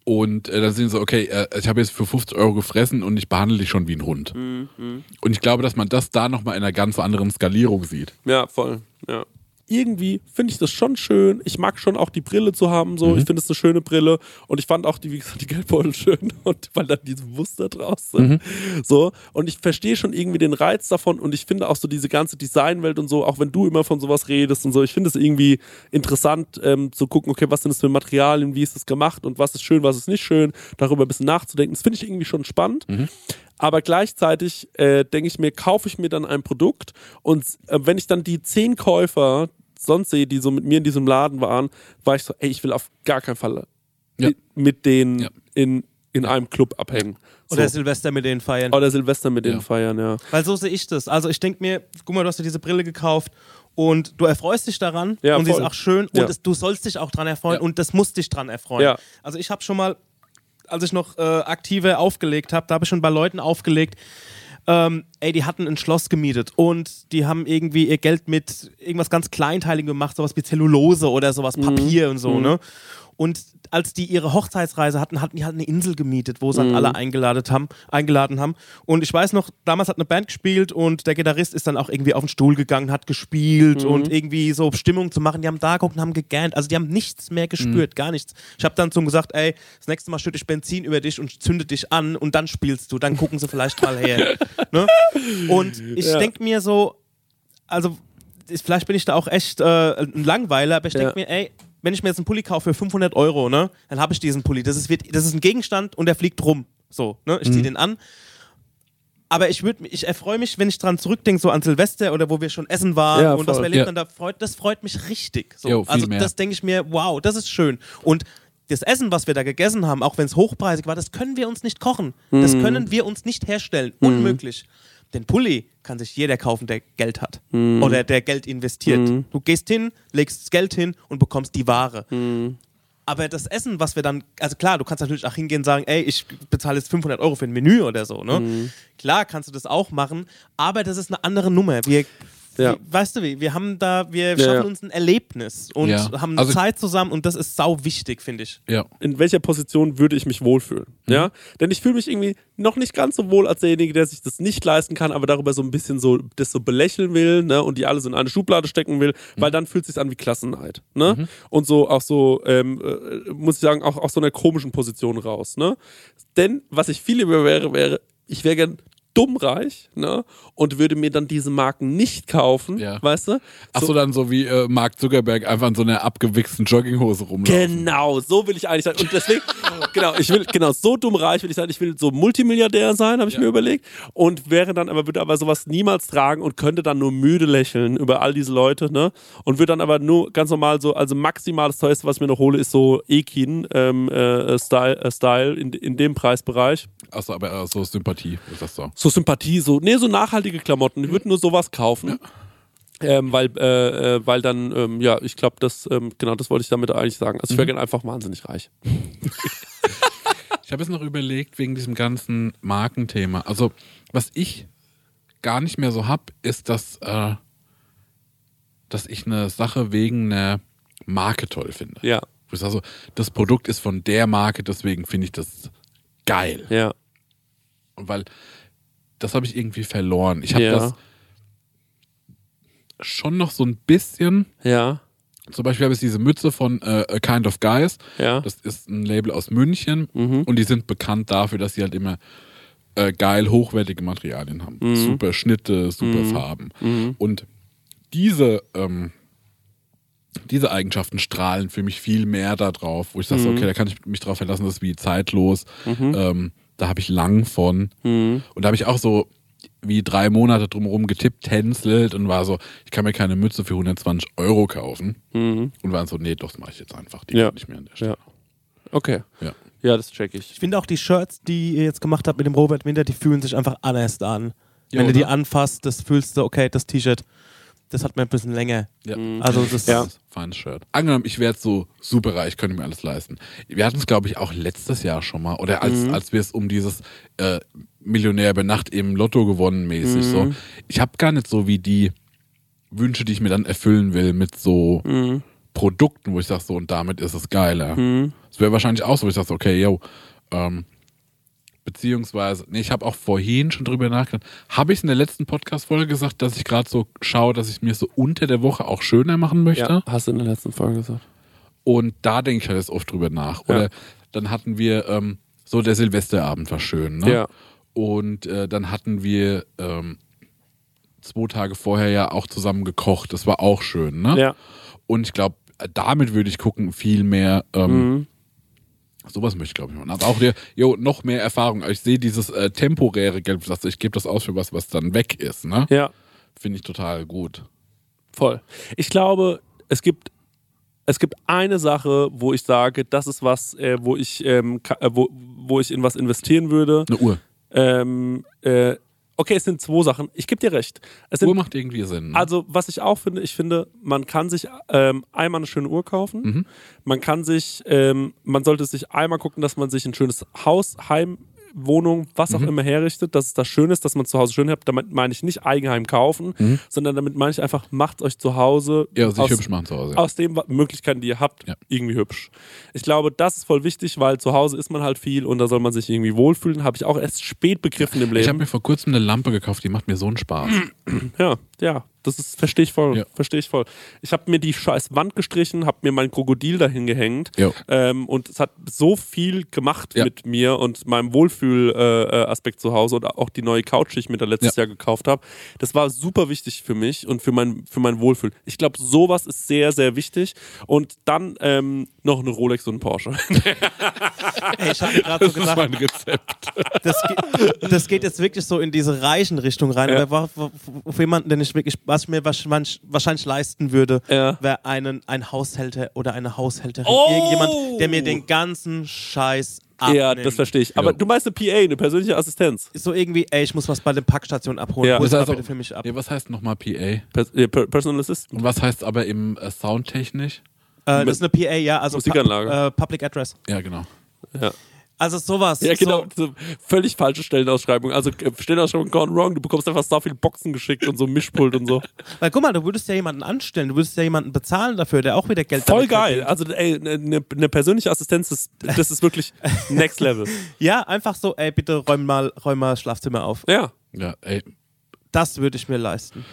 Und äh, dann sehen sie so, okay, äh, ich habe jetzt für 50 Euro gefressen und ich behandle dich schon wie ein Hund.
Mhm.
Und ich glaube, dass man das da nochmal in einer ganz anderen Skalierung sieht.
ja, voll. Ja. irgendwie finde ich das schon schön. Ich mag schon auch die Brille zu haben, so. Ich finde es eine schöne Brille und ich fand auch die, wie gesagt, die Geldbeutel schön und weil da diese Muster draus sind. So. Und ich verstehe schon irgendwie den Reiz davon und ich finde auch so diese ganze Designwelt und so, auch wenn du immer von sowas redest und so, ich finde es irgendwie interessant ähm, zu gucken, okay, was sind das für Materialien, wie ist das gemacht und was ist schön, was ist nicht schön, darüber ein bisschen nachzudenken. Das finde ich irgendwie schon spannend.
Mhm.
Aber gleichzeitig äh, denke ich mir, kaufe ich mir dann ein Produkt und äh, wenn ich dann die zehn Käufer sonst sehe, die so mit mir in diesem Laden waren, war ich so, ey, ich will auf gar keinen Fall
Ja.
mit, mit denen
Ja.
in, in einem Club abhängen. So.
Oder Silvester mit denen feiern.
Oder Oh, Silvester mit denen
Ja.
feiern, ja.
Weil so sehe ich das. Also ich denke mir, guck mal, du hast dir diese Brille gekauft und du erfreust dich daran
Ja,
und sie ist
voll.
auch schön
Ja.
und es, du sollst dich auch dran erfreuen
Ja.
und das muss dich dran erfreuen.
Ja.
Also ich habe schon mal, als ich noch äh, aktive aufgelegt habe, da habe ich schon bei Leuten aufgelegt, ähm, ey, die hatten ein Schloss gemietet und die haben irgendwie ihr Geld mit irgendwas ganz Kleinteiligem gemacht, sowas wie Zellulose oder sowas,
Mhm.
Papier und so, ne? Und als die ihre Hochzeitsreise hatten, hatten die halt eine Insel gemietet, wo sie dann alle eingeladen haben, eingeladen haben. Und ich weiß noch, damals hat eine Band gespielt und der Gitarrist ist dann auch irgendwie auf den Stuhl gegangen, hat gespielt und irgendwie so Stimmung zu machen. Die haben da geguckt und haben gegähnt. Also die haben nichts mehr gespürt, gar nichts. Ich habe dann zum gesagt, ey, das nächste Mal schütte ich Benzin über dich und zünde dich an und dann spielst du. Dann gucken sie vielleicht mal her. ne? Und ich
Ja.
denke mir so, also ich, vielleicht bin ich da auch echt äh, ein Langweiler, aber ich denke
Ja.
mir, ey, wenn ich mir jetzt einen Pulli kaufe für 500 Euro, ne, dann habe ich diesen Pulli. Das ist, wird, das ist ein Gegenstand und der fliegt rum. So, ne, ich ziehe den an. Aber ich würde, ich erfreue mich, wenn ich dran zurückdenke, so an Silvester oder wo wir schon essen waren
Ja,
und was
voll.
wir erlebt
Ja.
haben, da freut, das freut mich richtig. So.
Jo, viel
also
mehr.
das denke ich mir, wow, das ist schön. Und das Essen, was wir da gegessen haben, auch wenn es hochpreisig war, das können wir uns nicht kochen. Das
Mhm.
können wir uns nicht herstellen. Unmöglich. Den Pulli kann sich jeder kaufen, der Geld hat
Mhm.
oder der Geld investiert. Du gehst hin, legst das Geld hin und bekommst die Ware. Aber das Essen, was wir dann, also klar, du kannst natürlich auch hingehen und sagen, ey, ich bezahle jetzt 500 Euro für ein Menü oder so, ne?
Mhm.
Klar kannst du das auch machen, aber das ist eine andere Nummer. Wir,
Ja.
wie, weißt du wie, wir haben da, wir schaffen
ja.
uns ein Erlebnis und
Ja.
haben
Also-
Zeit zusammen und das ist sau wichtig, finde ich.
Ja.
in welcher Position würde ich mich wohlfühlen.
Mhm.
Ja? Denn ich fühle mich irgendwie noch nicht ganz so wohl als derjenige, der sich das nicht leisten kann, aber darüber so ein bisschen so das so belächeln will ne? und die alles in eine Schublade stecken will,
Mhm.
weil dann fühlt es sich an wie Klassenheit. Ne? Und so auch so, ähm, äh, muss ich sagen, auch aus so einer komischen Position raus. Ne? Denn was ich viel lieber wäre, wäre, ich wäre gern dummreich ne? und würde mir dann diese Marken nicht kaufen,
Ja.
weißt du?
Ach so, dann so wie äh, Mark Zuckerberg einfach in so einer abgewichsten Jogginghose rumlaufen.
Genau, so will ich eigentlich sein. Und deswegen, genau, ich will, genau, so dumm reich will ich sein. Ich will so Multimilliardär sein, habe ich mir überlegt. Und wäre dann aber, würde aber sowas niemals tragen und könnte dann nur müde lächeln über all diese Leute, ne? Und würde dann aber nur ganz normal so, also maximal das teuerste, was ich mir noch hole, ist so Ekin ähm, äh, Style, äh, Style in, in dem Preisbereich.
Ach so, aber äh, so Sympathie ist das so.
So Sympathie, so, nee, so nachhaltige Klamotten. Ich würde nur sowas kaufen. Ähm, weil, äh, äh, weil dann, ähm, ja, ich glaube, das, ähm, genau, das wollte ich damit eigentlich sagen. Also ich wäre gerne einfach wahnsinnig reich.
Ich habe jetzt noch überlegt, wegen diesem ganzen Markenthema. Also, was ich gar nicht mehr so habe, ist, dass, äh, dass ich eine Sache wegen einer Marke toll finde.
Ja.
Wo ich sage so, das Produkt ist von der Marke, deswegen finde ich das geil.
Ja,
Und weil das habe ich irgendwie verloren. Ich habe
Ja.
das schon noch so ein bisschen.
ja,
Zum Beispiel habe ich diese Mütze von äh, A Kind of Guys.
ja.
Das ist ein Label aus München und die sind bekannt dafür, dass sie halt immer äh, geil hochwertige Materialien haben. Super Schnitte, super Farben. Und diese, ähm, diese Eigenschaften strahlen für mich viel mehr da drauf, wo ich sage, okay, da kann ich mich drauf verlassen, das ist wie zeitlos. Ähm, da habe ich lang von. Und da habe ich auch so wie drei Monate drumherum getippt, tänzelt und war so, ich kann mir keine Mütze für 120 Euro kaufen. Und waren so, nee, doch, das mache ich jetzt einfach. Die
Ja.
kann ich mir an der Stelle.
okay.
Ja.
Ja, das check ich.
Ich finde auch die Shirts, die ihr jetzt gemacht habt mit dem Robert Winter, die fühlen sich einfach anders an.
Ja,
Wenn du die
oder?
anfasst, das fühlst du, okay, das T-Shirt, das hat mir ein bisschen länger.
Ja.
Also das
Ja. Feines Shirt. Angenommen, ich wäre jetzt so super reich, könnte mir alles leisten. Wir hatten es, glaube ich, auch letztes Jahr schon mal. Oder als, als wir es um dieses äh, Millionär bei Nacht im Lotto gewonnen mäßig. So. Ich habe gar nicht so wie die Wünsche, die ich mir dann erfüllen will, mit so Produkten, wo ich sage, so und damit ist es geiler. Es wäre wahrscheinlich auch so, wo ich sage, okay, yo, ähm, Beziehungsweise, nee, ich habe auch vorhin schon drüber nachgedacht. Habe ich in der letzten Podcast-Folge gesagt, dass ich gerade so schaue, dass ich mir so unter der Woche auch schöner machen möchte?
Ja, hast du in der letzten Folge gesagt.
Und da denke ich halt jetzt oft drüber nach. Oder
Ja.
dann hatten wir, ähm, so der Silvesterabend war schön, ne?
Ja.
Und äh, dann hatten wir ähm, zwei Tage vorher ja auch zusammen gekocht. Das war auch schön, ne?
Ja.
Und ich glaube, damit würde ich gucken, viel mehr. Ähm,
Mhm.
Sowas möchte ich, glaube ich, machen. Aber auch der, jo, noch mehr Erfahrung. Ich sehe dieses äh, temporäre Geldpflaster. Ich gebe das aus für was, was dann weg ist, ne?
Ja,
Finde ich total gut.
voll. Ich glaube, es gibt es gibt eine Sache, wo ich sage, das ist was, äh, wo ich ähm, ka- äh, wo, wo ich in was investieren würde.
Eine Uhr.
Ähm, äh, okay, es sind zwei Sachen. Ich gebe dir recht. Es sind
Uhr macht irgendwie Sinn. Ne?
Also, was ich auch finde, ich finde, man kann sich ähm, einmal eine schöne Uhr kaufen.
Mhm.
Man kann sich, ähm, man sollte sich einmal gucken, dass man sich ein schönes Haus, Heim, Wohnung, was
Mhm.
auch immer herrichtet, dass es da schön ist, dass man zu Hause schön hat. Damit meine ich nicht Eigenheim kaufen, sondern damit meine ich einfach, macht euch zu Hause
Mhm. ja, sich
aus-
hübsch machen zu Hause.
aus den wa- Möglichkeiten, die ihr habt,
Ja.
irgendwie hübsch. Ich glaube, das ist voll wichtig, weil zu Hause ist man halt viel und da soll man sich irgendwie wohlfühlen. Habe ich auch erst spät begriffen im
Ich
Leben.
habe mir vor kurzem eine Lampe gekauft, die macht mir so einen Spaß.
Ja, ja, das ist verstehe ich voll,
Ja.
verstehe ich voll. Ich habe mir die scheiß Wand gestrichen, habe mir mein Krokodil dahin gehängt
Jo.
ähm, und es hat so viel gemacht
Ja.
mit mir und meinem Wohlfühlaspekt äh, Aspekt zu Hause und auch die neue Couch, die ich mir da letztes
Ja.
Jahr gekauft habe. Das war super wichtig für mich und für mein für mein Wohlfühl. Ich glaube, sowas ist sehr sehr wichtig und dann ähm, noch eine Rolex und ein Porsche.
Ey, ich habe mir gerade so
Das ist
gedacht,
mein Rezept.
das, ge das geht jetzt wirklich so in diese reichen Richtung rein.
Ja.
Aber wo- wo- auf jemanden, den ich wirklich, was ich mir wahrscheinlich, wahrscheinlich leisten würde,
Ja.
wäre einen ein Haushälter oder eine Haushälterin,
Oh!
irgendjemand, der mir den ganzen Scheiß abnimmt.
ja, das verstehe ich. Aber
Jo.
du meinst eine PA, eine persönliche Assistenz,
so irgendwie, ey, ich muss was bei den Packstationen abholen.
Ja.
Hol
Das
das mal
heißt
bitte
auch-
für mich ab.
Ja, was heißt nochmal PA?
Pers äh, per Personal Assistant.
Und was heißt aber im äh, Soundtechnisch?
Äh, das ist eine PA, ja, also
Musikanlage.
Pu- äh, Public Address.
Ja, genau.
Also sowas.
Ja, genau.
So,
So völlig falsche Stellenausschreibung. Also äh, Stellenausschreibung gone wrong. Du bekommst einfach so viel Boxen geschickt und so ein Mischpult und so.
weil guck mal, du würdest ja jemanden anstellen, du würdest ja jemanden bezahlen dafür, der auch wieder Geld
Voll
damit
geil.
halt
verdient.
Also ey, eine ne, ne persönliche Assistenz, das, das ist wirklich next level.
Ja, einfach so, ey, bitte räum mal, räum mal das Schlafzimmer auf.
Ja,
Ja, ey,
Das würde ich mir leisten.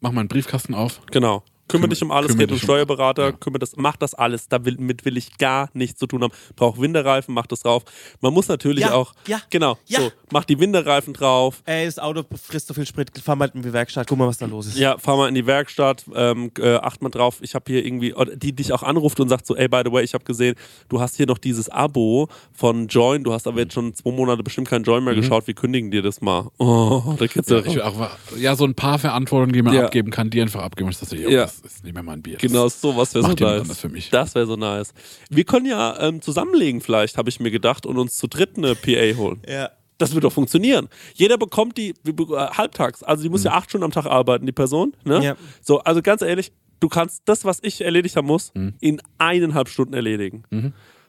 mach mal einen Briefkasten auf.
genau. Kümmere dich um alles,
Kümmere
geht um
dich um-
Steuerberater,
ja.
kümmere das, mach das alles. Damit will ich gar nichts zu tun haben. Brauch Winterreifen, mach das drauf. Man muss natürlich
Ja,
auch,
ja,
genau,
ja.
so, mach die Winterreifen drauf.
Ey, das Auto frisst so viel Sprit, fahr mal in die Werkstatt, guck mal, was da los ist.
Ja, fahr mal in die Werkstatt, ähm, äh, acht mal drauf, ich habe hier irgendwie, oder die dich auch anruft und sagt so, ey, by the way, ich habe gesehen, du hast hier noch dieses Abo von Join, du hast
Mhm.
aber jetzt schon zwei Monate bestimmt kein Join mehr geschaut, wir kündigen dir das mal. Oh, da geht's ja,
Ich will auch, ja, so ein paar Verantwortungen, die man
Ja.
abgeben kann, die einfach abgeben. Ich dachte, jo,
Ja.
das ist nicht mehr mein Bier.
Genau,
Das-
sowas wäre so
Macht jemand
nice.
anders für mich.
Das wäre so nice. Wir können ja ähm, zusammenlegen vielleicht, habe ich mir gedacht, und uns zu dritt eine PA holen.
Ja.
Das wird doch funktionieren. Jeder bekommt die wir be- äh, halbtags. Also die muss
Mhm.
ja acht Stunden am Tag arbeiten, die Person. Ne?
Ja.
So, also ganz ehrlich, du kannst das, was ich erledigt haben muss,
Mhm.
in eineinhalb Stunden erledigen.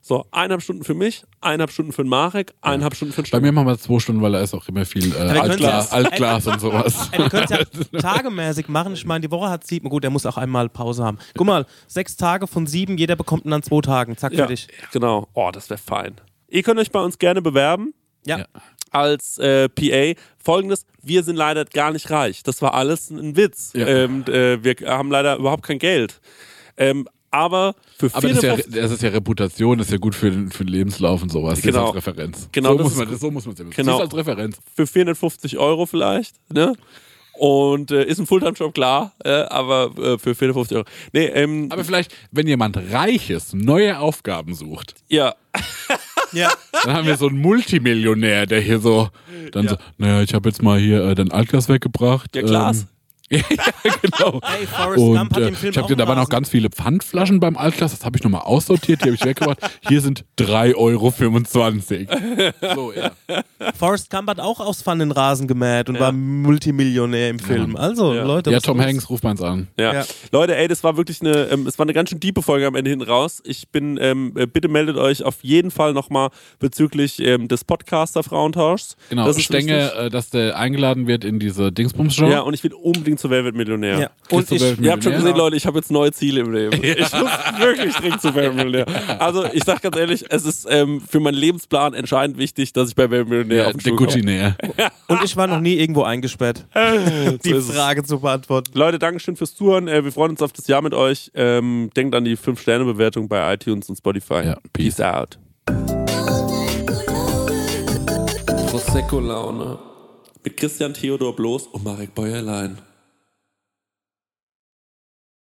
So, eineinhalb Stunden für mich, eineinhalb Stunden für den Marek, eineinhalb Stunden für den
Bei
Stefan.
mir machen wir zwei Stunden, weil da ist auch immer viel äh,
wir können's
Altglas,
ja-
Altglas und sowas.
Ey, wir können es ja tagemäßig machen. Ich meine, die Woche hat sieben. Gut, er muss auch einmal Pause haben. Guck mal, sechs Tage von sieben, jeder bekommt ihn an zwei Tagen. Zack,
Ja,
für dich.
genau. Oh, das wäre fein. Ihr könnt euch bei uns gerne bewerben.
Ja.
Ja.
als äh, PA folgendes: Wir sind leider gar nicht reich. Das war alles ein Witz.
Ja.
Ähm, d- äh, wir haben leider überhaupt kein Geld. Ähm, aber für
Aber das ist,
vierte
ja,
Woche-
das ist ja Reputation, das ist ja gut für den, für den Lebenslauf und sowas. Das ist
Genau.
als Referenz.
Genau,
so,
das
muss
ist
man, das, so muss man es sehen.
Genau.
Das ist als Referenz.
für 450 Euro vielleicht, ne? Und äh, ist ein Fulltime-Job, klar, äh, aber äh, für 450 Euro. Nee, ähm,
Aber vielleicht, wenn jemand Reiches neue Aufgaben sucht,
ja,
Ja.
Dann haben wir so einen Multimillionär, der hier so, dann so, naja, ich habe jetzt mal hier äh, den Altglas weggebracht.
Ja, Glas.
Ähm, ja, genau.
Ey, Forrest Gump
Und
hat
äh,
im Film
ich
auch
habe dir, da waren
einen
auch ganz viele Pfandflaschen beim Altglas, das habe ich nochmal aussortiert, die habe ich weggebracht. Hier sind 3,25 Euro. So, ja.
Forrest Gump hat auch aus Pfannen den Rasen gemäht und war Multimillionär im Film. Also,
Ja.
Leute.
Ja,
was
Tom
los?
Hanks, ruf mal uns an.
ja,
Ja.
Leute, ey, das war wirklich eine, ähm, es war eine ganz schön diepe Folge am Ende hinten raus. Ich bin, ähm, äh, bitte meldet euch auf jeden Fall nochmal bezüglich ähm, des Podcaster-Frauentauschs.
Genau,
Das ist
Stenge,
wichtig.
äh, dass der eingeladen wird in diese Dingsbums-Show.
Ja, und ich will unbedingt
dringend zu Velvet Millionär.
Ja.
Und
zu
ich,
Velvet
ihr habt schon
Millionär.
gesehen, Leute, ich habe jetzt neue Ziele im Leben. Ich muss wirklich dringend zu Velvet Millionär. Also ich sag ganz ehrlich, es ist ähm, für meinen Lebensplan entscheidend wichtig, dass ich bei Velvet Millionär auf den
der
Stuhl komme.
Gutinär.
Und ich war noch nie irgendwo eingesperrt. Die
ist es.
Frage zu beantworten.
Leute, Dankeschön fürs Zuhören. Äh, wir freuen uns auf das Jahr mit euch. Ähm, denkt an die 5-Sterne-Bewertung bei iTunes und Spotify.
Ja, peace.
peace out. Prosecco-Laune. Mit Christian Theodor Bloß und Marek Bäuerlein.